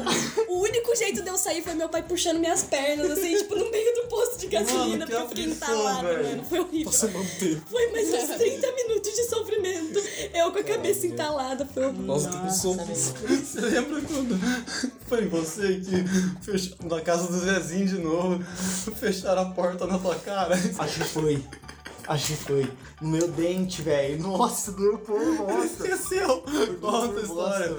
Speaker 2: o único jeito de eu sair foi meu pai puxando minhas pernas, assim, tipo, no meio do posto de gasolina,
Speaker 3: Mano, que
Speaker 2: porque eu fiquei
Speaker 3: aflição,
Speaker 2: entalada,
Speaker 3: velho.
Speaker 2: né, mano. Foi horrível.
Speaker 1: Você manteve.
Speaker 2: Foi mais uns 30 minutos de sofrimento. Eu com a cabeça entalada, foi horrível.
Speaker 1: Nossa, que soluço.
Speaker 3: Você lembra quando foi você que fechou na casa do Zezinho de novo, fecharam a porta na tua cara?
Speaker 6: Acho que foi. Acho que foi. No meu dente, velho. Nossa, doeu por nossa.
Speaker 3: Esqueceu! Conta a história.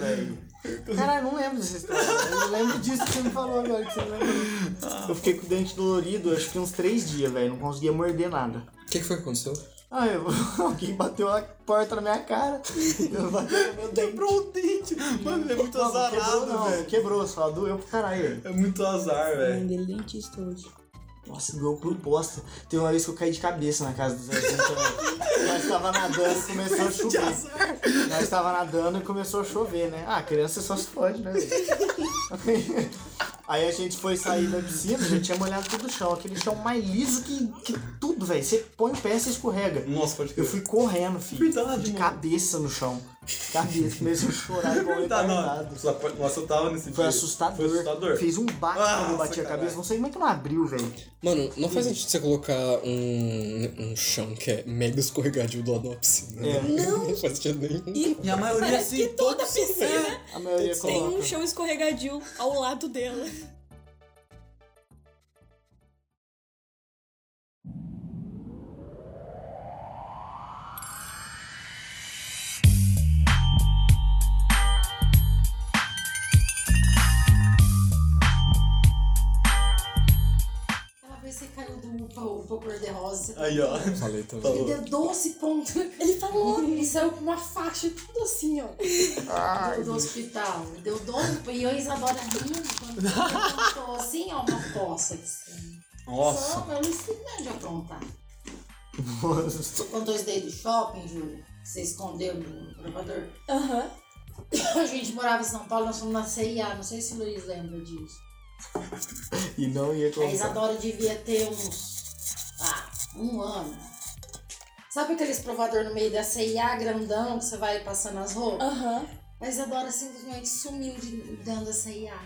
Speaker 6: Caralho, não lembro dessa história. Eu lembro disso que você me falou agora, que você não lembra. Eu fiquei com o dente dolorido, acho que uns três dias, velho. Não conseguia morder nada.
Speaker 1: O que, que foi que aconteceu?
Speaker 6: Ah, eu... alguém bateu a porta na minha cara. Eu bateu no meu dente.
Speaker 3: Quebrou o dente! Mano, ele é muito
Speaker 6: Não, não quebrou,
Speaker 3: azarado,
Speaker 6: não.
Speaker 3: velho.
Speaker 6: Quebrou, só doeu pro caralho.
Speaker 3: É muito azar, velho.
Speaker 4: Ainda ele dentista hoje.
Speaker 6: Nossa, doeu por bosta. Teve uma vez que eu caí de cabeça na casa do Zé Zinho também. Nós tava nadando e começou a chover. Nós tava nadando e começou a chover, né? Ah, criança só se pode, né? velho? Aí a gente foi sair da piscina, já tinha molhado todo o chão. Aquele chão mais liso que, que tudo, velho. Você põe o pé, você escorrega.
Speaker 3: Nossa, pode
Speaker 6: Eu
Speaker 3: crer.
Speaker 6: fui correndo, filho.
Speaker 3: Verdade,
Speaker 6: de
Speaker 3: mano.
Speaker 6: cabeça no chão. Cabeça, comecei a chorar igual um
Speaker 3: Tá,
Speaker 6: retardado.
Speaker 3: não. Só- Nossa, eu tava nesse
Speaker 6: Foi
Speaker 3: dia.
Speaker 6: assustador.
Speaker 3: Foi assustador.
Speaker 6: Fez um baque
Speaker 3: Ah,
Speaker 6: quando eu bati a
Speaker 3: caralho.
Speaker 6: cabeça. Não sei como é que não abriu, velho.
Speaker 1: Mano, não faz sentido você colocar um, um chão que é mega escorregadio do lado da piscina. né?
Speaker 6: É.
Speaker 1: Não. Não faz sentido nenhum.
Speaker 3: E a maioria
Speaker 2: Parece
Speaker 3: assim,
Speaker 2: que toda
Speaker 3: todos são-
Speaker 2: piscina
Speaker 6: A maioria
Speaker 2: tem um
Speaker 6: coloca.
Speaker 2: chão escorregadio ao lado dela.
Speaker 12: Aquela vez você caiu do upa, upa cor-de-rosa. Você
Speaker 3: Aí, ó.
Speaker 1: Falei também.
Speaker 12: Ele deu 12 pontos. Ele falou. Ele saiu com uma faixa tudo assim, ó. Do, do hospital. Ele deu 12 E eu e a Isadora rindo quando ele contou assim, ó, uma poça. Assim.
Speaker 3: Nossa.
Speaker 12: Só pra ele se não de aprontar.
Speaker 6: Nossa.
Speaker 12: Contou isso daí do shopping, Júlio. que Você escondeu no provador.
Speaker 2: Aham.
Speaker 12: A gente morava em São Paulo, nós fomos na CIA. Não sei se o Luiz lembra disso.
Speaker 6: E não ia
Speaker 12: A
Speaker 6: colocar.
Speaker 12: Isadora devia ter uns. Ah, um ano. Sabe aqueles provador no meio da CIA grandão que você vai passando as roupas?
Speaker 2: Aham.
Speaker 12: A Isadora simplesmente sumiu de dentro da CIA.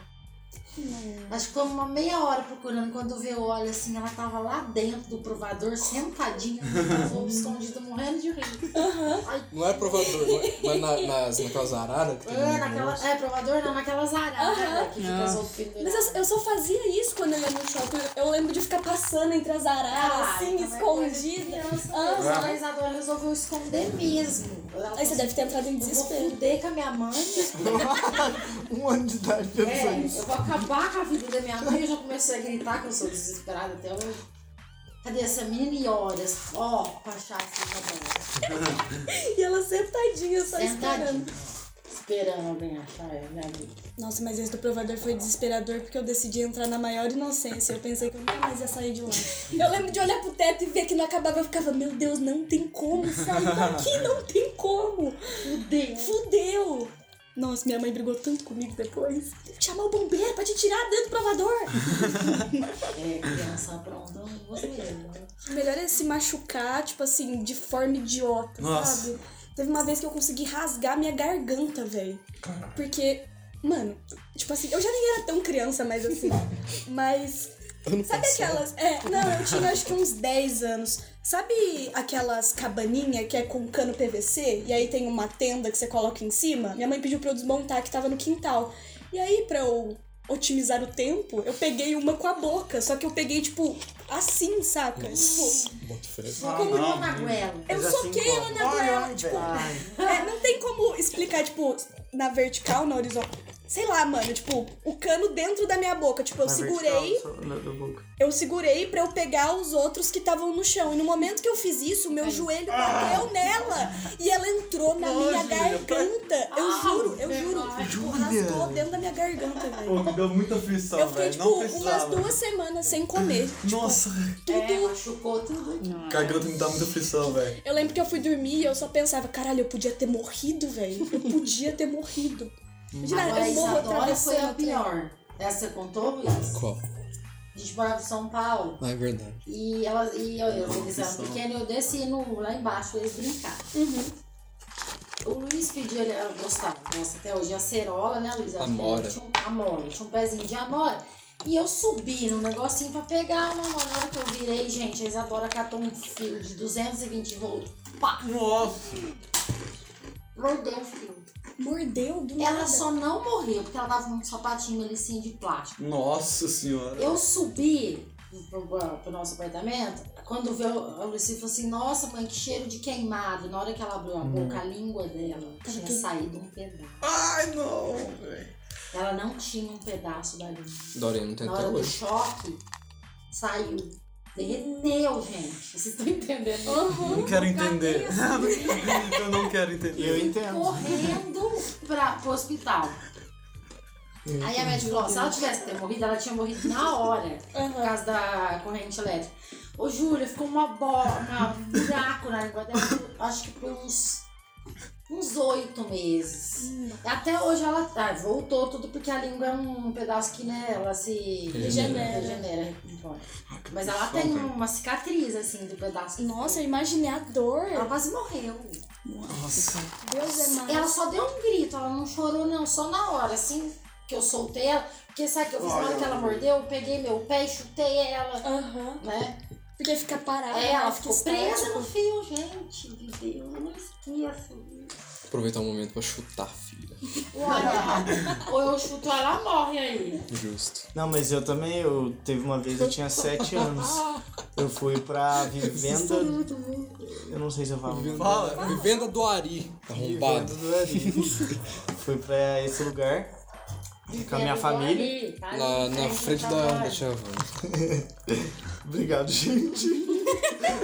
Speaker 2: É.
Speaker 12: Acho que ficou uma meia hora procurando. Quando vê, olha assim, ela tava lá dentro do provador, sentadinha, com as roupas escondidas, morrendo de rir.
Speaker 1: Não é provador, mas- mas na, nas, naquelas araras que tem
Speaker 12: É,
Speaker 1: no
Speaker 12: naquela,
Speaker 1: negócio.
Speaker 12: é provador não, naquelas aradas que fica as roupas
Speaker 2: Mas
Speaker 12: penduradas.
Speaker 2: eu, eu só fazia isso quando eu ia no shopping. Eu lembro de ficar passando entre as araras,
Speaker 12: Ah,
Speaker 2: assim,
Speaker 12: então é coisa de
Speaker 2: escondida.
Speaker 12: criança mesmo.
Speaker 2: Aham.
Speaker 12: A Isadora resolveu esconder mesmo. Ela
Speaker 2: Aí você deve ter entrado em
Speaker 12: Eu vou
Speaker 2: desespero.
Speaker 12: fuder com a minha mãe.
Speaker 6: um ano de idade
Speaker 12: É,
Speaker 6: pensando
Speaker 12: eu
Speaker 6: nisso.
Speaker 12: vou acabar com a vida da minha mãe, eu já comecei a gritar que eu sou desesperada até hoje. Cadê essa menina? E horas, ó, pra achar assim na
Speaker 2: E ela sentadinha, só esperando.
Speaker 12: Esperando alguém achar, é, minha amiga.
Speaker 2: Nossa, mas esse do provador foi desesperador porque eu decidi entrar na maior inocência. Eu pensei que eu nunca mais ia sair de lá. Eu lembro de olhar pro teto e ver que não acabava. Eu ficava, meu Deus, não tem como sair daqui, não tem como.
Speaker 12: É, né?
Speaker 2: Fudeu. Fudeu. Nossa, minha mãe brigou tanto comigo depois. Tem que chamar o bombeiro pra te tirar dentro do provador.
Speaker 12: É, criança pronta, eu não gostei. né?
Speaker 2: Melhor é se machucar, tipo assim, de forma idiota,
Speaker 3: Nossa.
Speaker 2: sabe? Teve uma vez que eu consegui rasgar minha garganta, velho. Porque, mano, tipo assim, eu já nem era tão criança, mas assim. mas.
Speaker 1: Ano
Speaker 2: Sabe aquelas. É, não, eu tinha acho que uns 10 anos. Sabe aquelas cabaninha que é com cano PVC e aí tem uma tenda que você coloca em cima? Minha mãe pediu pra eu desmontar que tava no quintal. E aí, pra eu otimizar o tempo, eu peguei uma com a boca. Só que eu peguei, tipo, assim, saca? Tipo,
Speaker 1: Bota fé.
Speaker 12: Comprou na goela.
Speaker 2: eu soquei ela na goela, tipo. é, não tem como explicar, tipo, na vertical, na horizontal. Sei lá, mano, tipo, o cano dentro da minha boca. Tipo, eu segurei, eu segurei pra eu pegar os outros que estavam no chão. E no momento que eu fiz isso, meu joelho bateu
Speaker 3: Ah.
Speaker 2: nela. E ela entrou na minha garganta. Eu juro, eu juro. Tipo, rasgou dentro da minha garganta,
Speaker 3: Pô,
Speaker 2: velho.
Speaker 3: me deu muita
Speaker 2: Eu
Speaker 3: aflição,
Speaker 2: fiquei,
Speaker 3: velho.
Speaker 2: tipo,
Speaker 3: Não
Speaker 2: umas
Speaker 3: precisava.
Speaker 2: duas semanas sem comer.
Speaker 3: Nossa,
Speaker 12: É, machucou tudo.
Speaker 3: garganta me dá muita aflição, velho.
Speaker 2: Eu lembro que eu fui dormir e eu só pensava, caralho, eu podia ter morrido, velho. Eu podia ter morrido.
Speaker 3: Hum.
Speaker 2: Imagina,
Speaker 12: Agora a
Speaker 2: eu morro
Speaker 12: Isadora foi a
Speaker 2: atravessando.
Speaker 12: pior. Essa você contou, Luiz?
Speaker 1: Qual?
Speaker 12: A gente morava em São Paulo.
Speaker 1: Ah, é verdade.
Speaker 12: E, ela, e eu, eu, eles eram pequenos, eu desci no, lá embaixo, eles brincaram. O Luiz pediu, ele ela gostava, nossa, até hoje, acerola, né, Luiz? Ela
Speaker 1: Amora.
Speaker 12: Tinha um, amora, tinha um pezinho de amora. E eu subi num negocinho pra pegar uma amora. Na hora que eu virei, gente, a Isadora catou um fio de 220 volts. Pá!
Speaker 3: Nossa,
Speaker 12: Mordeu o fio.
Speaker 2: Mordeu do
Speaker 12: Ela
Speaker 2: nada.
Speaker 12: só não morreu, porque ela tava com um sapatinho ali, assim, de plástico.
Speaker 3: nossa senhora.
Speaker 12: Eu subi pro, pro- pro nosso apartamento, quando veio a Lucy falou assim, nossa mãe, que cheiro de queimado. Na hora que ela abriu a
Speaker 6: Hum.
Speaker 12: boca, a língua dela tinha saído um pedaço.
Speaker 3: Ai, não, velho.
Speaker 12: Ela não tinha um pedaço da língua.
Speaker 1: Dorian não tem
Speaker 12: Na
Speaker 1: até
Speaker 12: hora do
Speaker 1: hoje.
Speaker 12: choque, saiu. Derreteu, gente. Vocês estão entendendo? Uhum.
Speaker 3: Não quero entender. Eu não quero entender.
Speaker 6: Eu entendo.
Speaker 12: Correndo pra, pro hospital. Aí a médica falou, ó, se ela tivesse ter morrido, ela tinha morrido na hora. por
Speaker 2: Aham.
Speaker 12: causa da corrente elétrica. Ô, Júlia, ficou uma bola, uma- um buraco na língua dela, por- acho que por uns. Uns oito meses. Até hoje ela tá, voltou tudo porque a língua é um pedaço que né, ela se
Speaker 1: é
Speaker 2: Regenera.
Speaker 12: regenera. Mas ela tem uma cicatriz assim do pedaço. que-
Speaker 2: Nossa, eu imaginei a dor.
Speaker 12: Ela quase morreu.
Speaker 2: Deus é mais.
Speaker 12: Ela só deu um grito, ela não chorou, não, só na hora, assim que eu soltei ela. Porque sabe o que eu fiz na hora que ela mordeu? Eu peguei meu pé e chutei ela,
Speaker 2: Aham.
Speaker 12: né?
Speaker 2: Porque fica parada,
Speaker 12: É, ela
Speaker 2: fica
Speaker 12: ficou presa
Speaker 2: estática.
Speaker 12: no fio, gente. Meu Deus, eu não esqueço.
Speaker 1: Aproveitar o momento pra chutar, filha.
Speaker 12: Olha, ou eu chuto ela, morre aí.
Speaker 1: Justo.
Speaker 6: Não, mas eu também, eu teve uma vez, eu tinha 7 anos. Eu fui pra vivenda. Eu não sei se eu falo.
Speaker 3: Fala.
Speaker 1: Vivenda do Ari. Arrombado.
Speaker 6: Vivenda do Ari. Fui pra esse lugar com a Tá minha família.
Speaker 12: tá
Speaker 1: Lá na frente da, da tia Vânia.
Speaker 6: Obrigado, gente.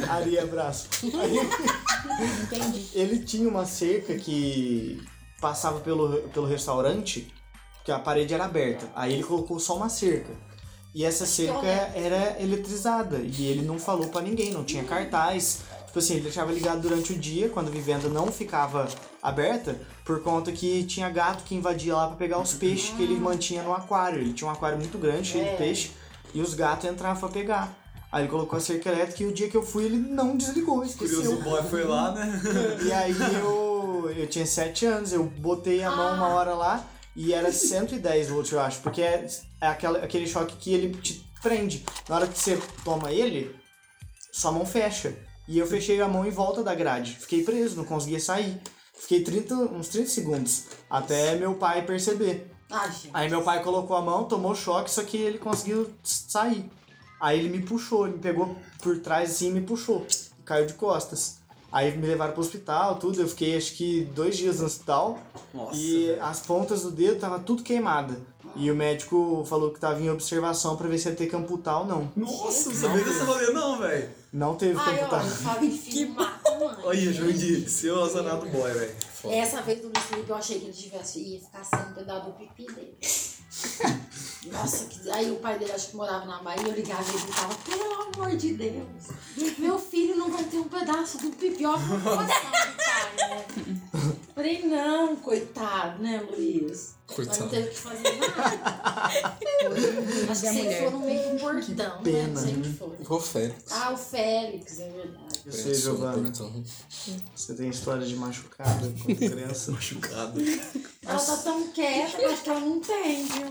Speaker 6: Ari, abraço. Aí- Ele tinha uma cerca que passava pelo, pelo restaurante, que a parede era aberta. Aí ele colocou só uma cerca. E essa cerca era eletrizada. E ele não falou pra ninguém, não tinha cartaz. Tipo assim, ele deixava ligado durante o dia, quando a vivenda não ficava aberta, por conta que tinha gato que invadia lá pra pegar os peixes que ele mantinha no aquário. Ele tinha um aquário muito grande, cheio de peixe, e os gatos entravam pra pegar. Aí ele colocou a cerca elétrica e o dia que eu fui ele não desligou, esqueceu.
Speaker 3: Curioso boy foi lá, né?
Speaker 6: E aí eu, eu tinha 7 anos, eu botei a mão uma hora lá e era 110 volts, eu acho, porque é, é aquela, aquele choque que ele te prende. Na hora que você toma ele, sua mão fecha. E eu fechei a mão em volta da grade. Fiquei preso, não conseguia sair. Fiquei 30, uns 30 segundos até meu pai perceber.
Speaker 12: Ai, gente.
Speaker 6: Aí meu pai colocou a mão, tomou choque, só que ele conseguiu sair. Aí ele me puxou, ele me pegou por trás assim e me puxou. Caiu de costas. Aí me levaram pro hospital, tudo. Eu fiquei acho que dois dias no hospital.
Speaker 3: Nossa,
Speaker 6: e as pontas do dedo tava tudo queimada. E o médico falou que tava em observação pra ver se ia ter que amputar ou não.
Speaker 3: Nossa, não sabia dessa rolê não, velho.
Speaker 6: Não teve que
Speaker 12: Ai,
Speaker 6: amputar.
Speaker 12: olha, Fábio Filho mata um anjo.
Speaker 3: Olha, Jundi, seu azanado boy, velho.
Speaker 12: Essa vez do Luiz Felipe eu achei que ele tivesse, ia ficar sem cuidar do pipi dele. Nossa, que... aí o pai dele acho que morava na Bahia, eu ligava e ele gritava, pelo amor de Deus, meu filho não vai ter um pedaço do pipi, ó, vou passar pro pai, né? Falei, não, coitado, né, Luiz? Mas não
Speaker 1: Coitado.
Speaker 12: teve o que fazer nada. acho que
Speaker 4: Da
Speaker 12: vocês
Speaker 4: mulher.
Speaker 12: foram meio que um bordão, né? Não sei o que foi.
Speaker 1: Igual o Félix.
Speaker 12: Ah, o Félix, é verdade.
Speaker 6: Eu sei,
Speaker 3: né?
Speaker 6: Giovana. Você tem história de machucada quando criança?
Speaker 3: Machucado.
Speaker 12: Ela tá tão quieta, eu acho que ela não tem, viu?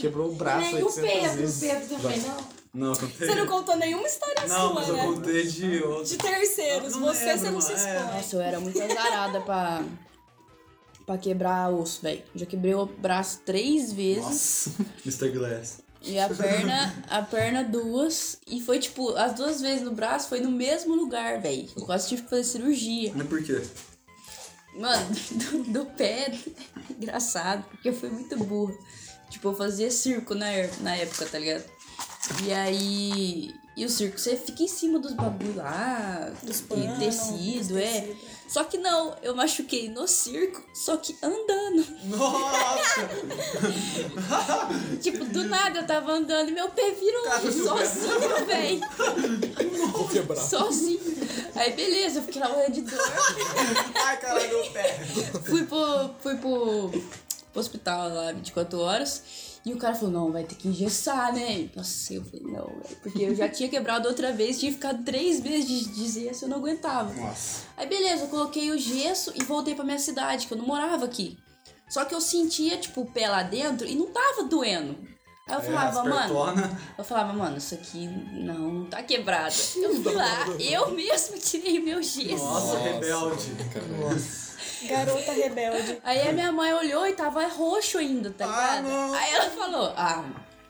Speaker 6: Quebrou o braço
Speaker 12: Nem o
Speaker 6: 800
Speaker 12: Pedro, o
Speaker 6: vezes.
Speaker 12: Pedro também não.
Speaker 3: Não, eu contei.
Speaker 2: Você não contou nenhuma história
Speaker 3: Não, mas
Speaker 2: sua,
Speaker 3: eu
Speaker 2: né?
Speaker 3: contei de outro.
Speaker 2: De terceiros.
Speaker 3: Não
Speaker 2: você, você
Speaker 3: lembro,
Speaker 2: não se
Speaker 3: mas é.
Speaker 2: expõe.
Speaker 4: Nossa, eu era muito azarada pra, pra quebrar osso, velho. Já quebrei o braço três vezes.
Speaker 3: Nossa, Mr. Glass.
Speaker 4: E a perna, a perna duas. E foi tipo, as duas vezes no braço foi no mesmo lugar, velho. Eu quase tive que fazer cirurgia.
Speaker 3: Mas por quê?
Speaker 4: Mano, do, do pé, é engraçado, porque eu fui muito burra. Tipo, eu fazia circo na, er- na época, tá ligado? E aí. E o circo, você fica em cima dos bagulho lá, dos
Speaker 2: panos,
Speaker 4: tecido, é. Só que não, eu machuquei no circo, só que andando.
Speaker 3: Nossa!
Speaker 4: Tipo, do nada eu tava andando e meu pé virou um
Speaker 3: Cara, seu pé.
Speaker 4: sozinho, véi.
Speaker 1: Vou quebrar.
Speaker 4: Sozinho. Aí beleza, eu fiquei lá morrendo de dor.
Speaker 3: Ai, caralho, meu pé.
Speaker 4: fui pro, fui pro, pro hospital lá 24 horas. E o cara falou, não, vai ter que engessar, né? Nossa, eu falei, não, velho. Porque eu já tinha quebrado outra vez, tinha ficado três meses de, de gesso, eu não aguentava.
Speaker 3: Nossa.
Speaker 4: Aí beleza, eu coloquei o gesso e voltei pra minha cidade, que eu não morava aqui. Só que eu sentia, tipo, o pé lá dentro e não tava doendo. Aí
Speaker 3: É,
Speaker 4: eu falava, mano, eu falava, mano, isso aqui não, não tá quebrado. Eu fui lá, eu mesmo tirei meu gesso.
Speaker 3: Nossa, rebelde.
Speaker 1: cara.
Speaker 2: Garota rebelde.
Speaker 4: Aí a minha mãe olhou e tava roxo ainda, tá
Speaker 3: Ah,
Speaker 4: ligado?
Speaker 3: não.
Speaker 4: Aí ela falou, ah,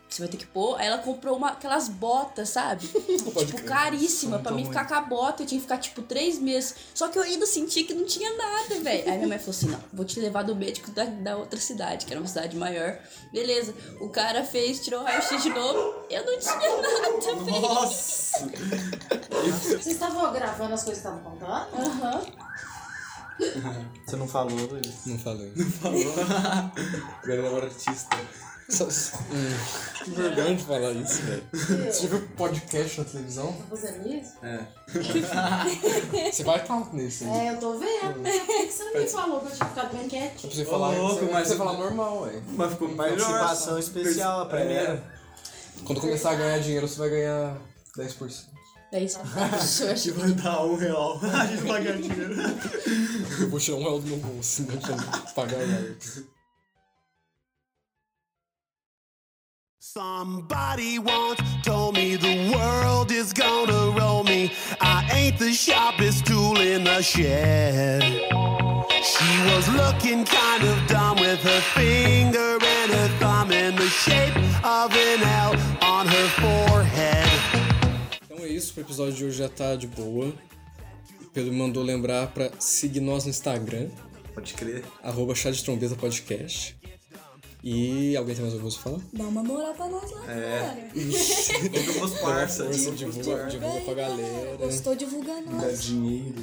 Speaker 4: você vai ter que pôr. Aí ela comprou uma, aquelas botas, sabe?
Speaker 1: Pode
Speaker 4: tipo,
Speaker 1: crer.
Speaker 4: caríssima. Pra
Speaker 6: Então,
Speaker 4: mim ficar com a bota, eu tinha que ficar, tipo, três meses. Só que eu ainda sentia que não tinha nada, velho. Aí minha mãe falou assim, não, vou te levar do médico da, da outra cidade, que era uma cidade maior. Beleza. O cara fez, tirou o raio-x de novo. Eu não tinha nada, velho.
Speaker 3: Nossa!
Speaker 12: Vocês estavam gravando as coisas que estavam contando?
Speaker 4: Aham.
Speaker 6: Você não falou, Luiz?
Speaker 1: Não falei.
Speaker 3: Falou. Melhor artista.
Speaker 1: Só- hum, que vergonha de falar isso, velho. Você já viu podcast na televisão?
Speaker 12: Tá fazendo isso?
Speaker 3: É.
Speaker 1: Você vai estar nesse. né?
Speaker 12: É, eu tô vendo. né? Por que que você não me falou que eu tinha ficado bem quieto?
Speaker 1: Não precisa
Speaker 3: Ô,
Speaker 1: falar,
Speaker 3: louco,
Speaker 1: você,
Speaker 3: mas-
Speaker 1: você falar normal, ué.
Speaker 3: Mas ficou melhor.
Speaker 6: Participação especial, a primeira.
Speaker 1: Quando começar a ganhar dinheiro, você vai ganhar 10%.
Speaker 4: Daí isso eu
Speaker 3: É.
Speaker 4: achei.
Speaker 3: Te vai dar um real. A gente vai ganhar dinheiro.
Speaker 1: Eu vou tirar um real do meu bolso, né? Pra pagar o Alex.
Speaker 5: Somebody once told me the world is gonna roll me. I ain't the sharpest tool in the shed. She was looking kind of dumb with her finger and her thumb in the shape of an L on her forehead.
Speaker 1: Então é isso, o episódio de hoje já tá de boa. O Pedro mandou lembrar pra seguir nós no Instagram,
Speaker 3: Pode crer.
Speaker 1: arroba chá de trombeta podcast. E alguém tem mais alguma coisa pra falar?
Speaker 2: Dá uma moral pra nós lá,
Speaker 4: É.
Speaker 2: galera.
Speaker 3: Nunca fosse parça.
Speaker 1: Força, divulga, divulga pra galera.
Speaker 2: Gostou, divulga nós.
Speaker 6: Dinheiro.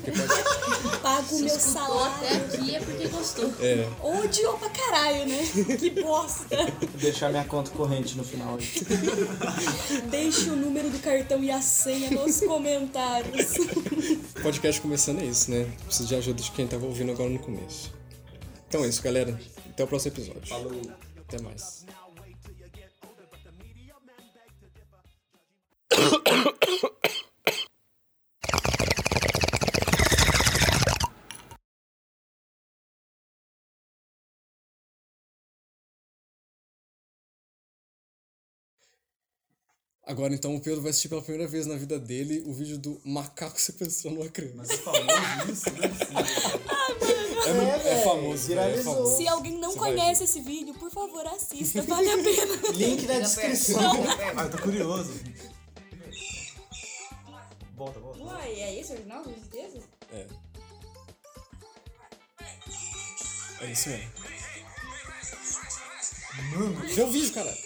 Speaker 2: Paga o meu salário.
Speaker 4: Até aqui é porque gostou.
Speaker 1: É,
Speaker 2: Ou odiou pra caralho, né? Que bosta.
Speaker 6: Vou deixar minha conta corrente no final. aí.
Speaker 2: Deixe o número do cartão e a senha nos comentários.
Speaker 1: o podcast começando é isso, né? Preciso de ajuda de quem tava ouvindo agora no começo. Então é isso, galera. Até o próximo episódio. Falou. Até mais. Agora então o Pedro vai assistir pela primeira vez na vida dele o vídeo do macaco sequestrando uma criança.
Speaker 3: Você falou disso, né?
Speaker 1: É, mu- é
Speaker 6: velho,
Speaker 1: famoso, velho, é
Speaker 6: viralizou.
Speaker 1: famoso.
Speaker 2: Se alguém não
Speaker 1: Você vai
Speaker 2: conhece esse vídeo, por favor, assista. Vale a pena.
Speaker 6: Link na descrição.
Speaker 3: Ah, eu tô curioso.
Speaker 6: Volta, volta.
Speaker 4: Uai, é esse o original do Justiça?
Speaker 1: É. É isso mesmo. Mano, vê o vídeo, cara.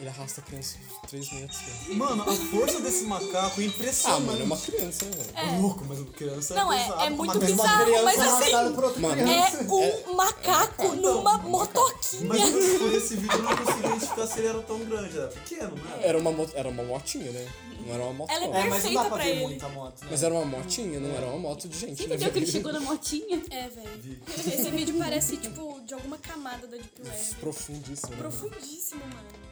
Speaker 1: Ele arrasta a criança 3 metros. Cara.
Speaker 6: Mano, a força desse macaco é
Speaker 1: Ah,
Speaker 6: impressionante.
Speaker 1: mano, é uma criança, né, velho?
Speaker 13: É.
Speaker 6: Louco, mas uma criança
Speaker 13: Não, é-
Speaker 6: pesada.
Speaker 13: é muito
Speaker 6: Uma criança- é
Speaker 13: bizarro,
Speaker 6: uma
Speaker 13: mas
Speaker 6: criança
Speaker 13: assim,
Speaker 6: arrastada por outra
Speaker 1: mano,
Speaker 6: criança.
Speaker 13: É um macaco numa
Speaker 6: Mas
Speaker 13: motoquinha.
Speaker 6: quando foi esse vídeo, eu não consegui identificar se ele era tão grande. Era pequeno, né? não era?
Speaker 1: Era uma, mo- era uma motinha, né? Não era uma moto.
Speaker 13: Ela é
Speaker 14: É, mas não
Speaker 13: Perfeita
Speaker 14: dá pra
Speaker 13: pra
Speaker 14: ver
Speaker 13: ele.
Speaker 14: muito a moto, né?
Speaker 1: Mas era uma motinha, não era uma moto de gente,
Speaker 4: Você
Speaker 1: né?
Speaker 4: entendeu que ele
Speaker 1: velho?
Speaker 4: chegou na motinha?
Speaker 2: É, velho. Esse vídeo parece, tipo, de alguma camada da Deep Web.
Speaker 1: Profundíssimo. né, mano?
Speaker 2: Profundíssimo, mano.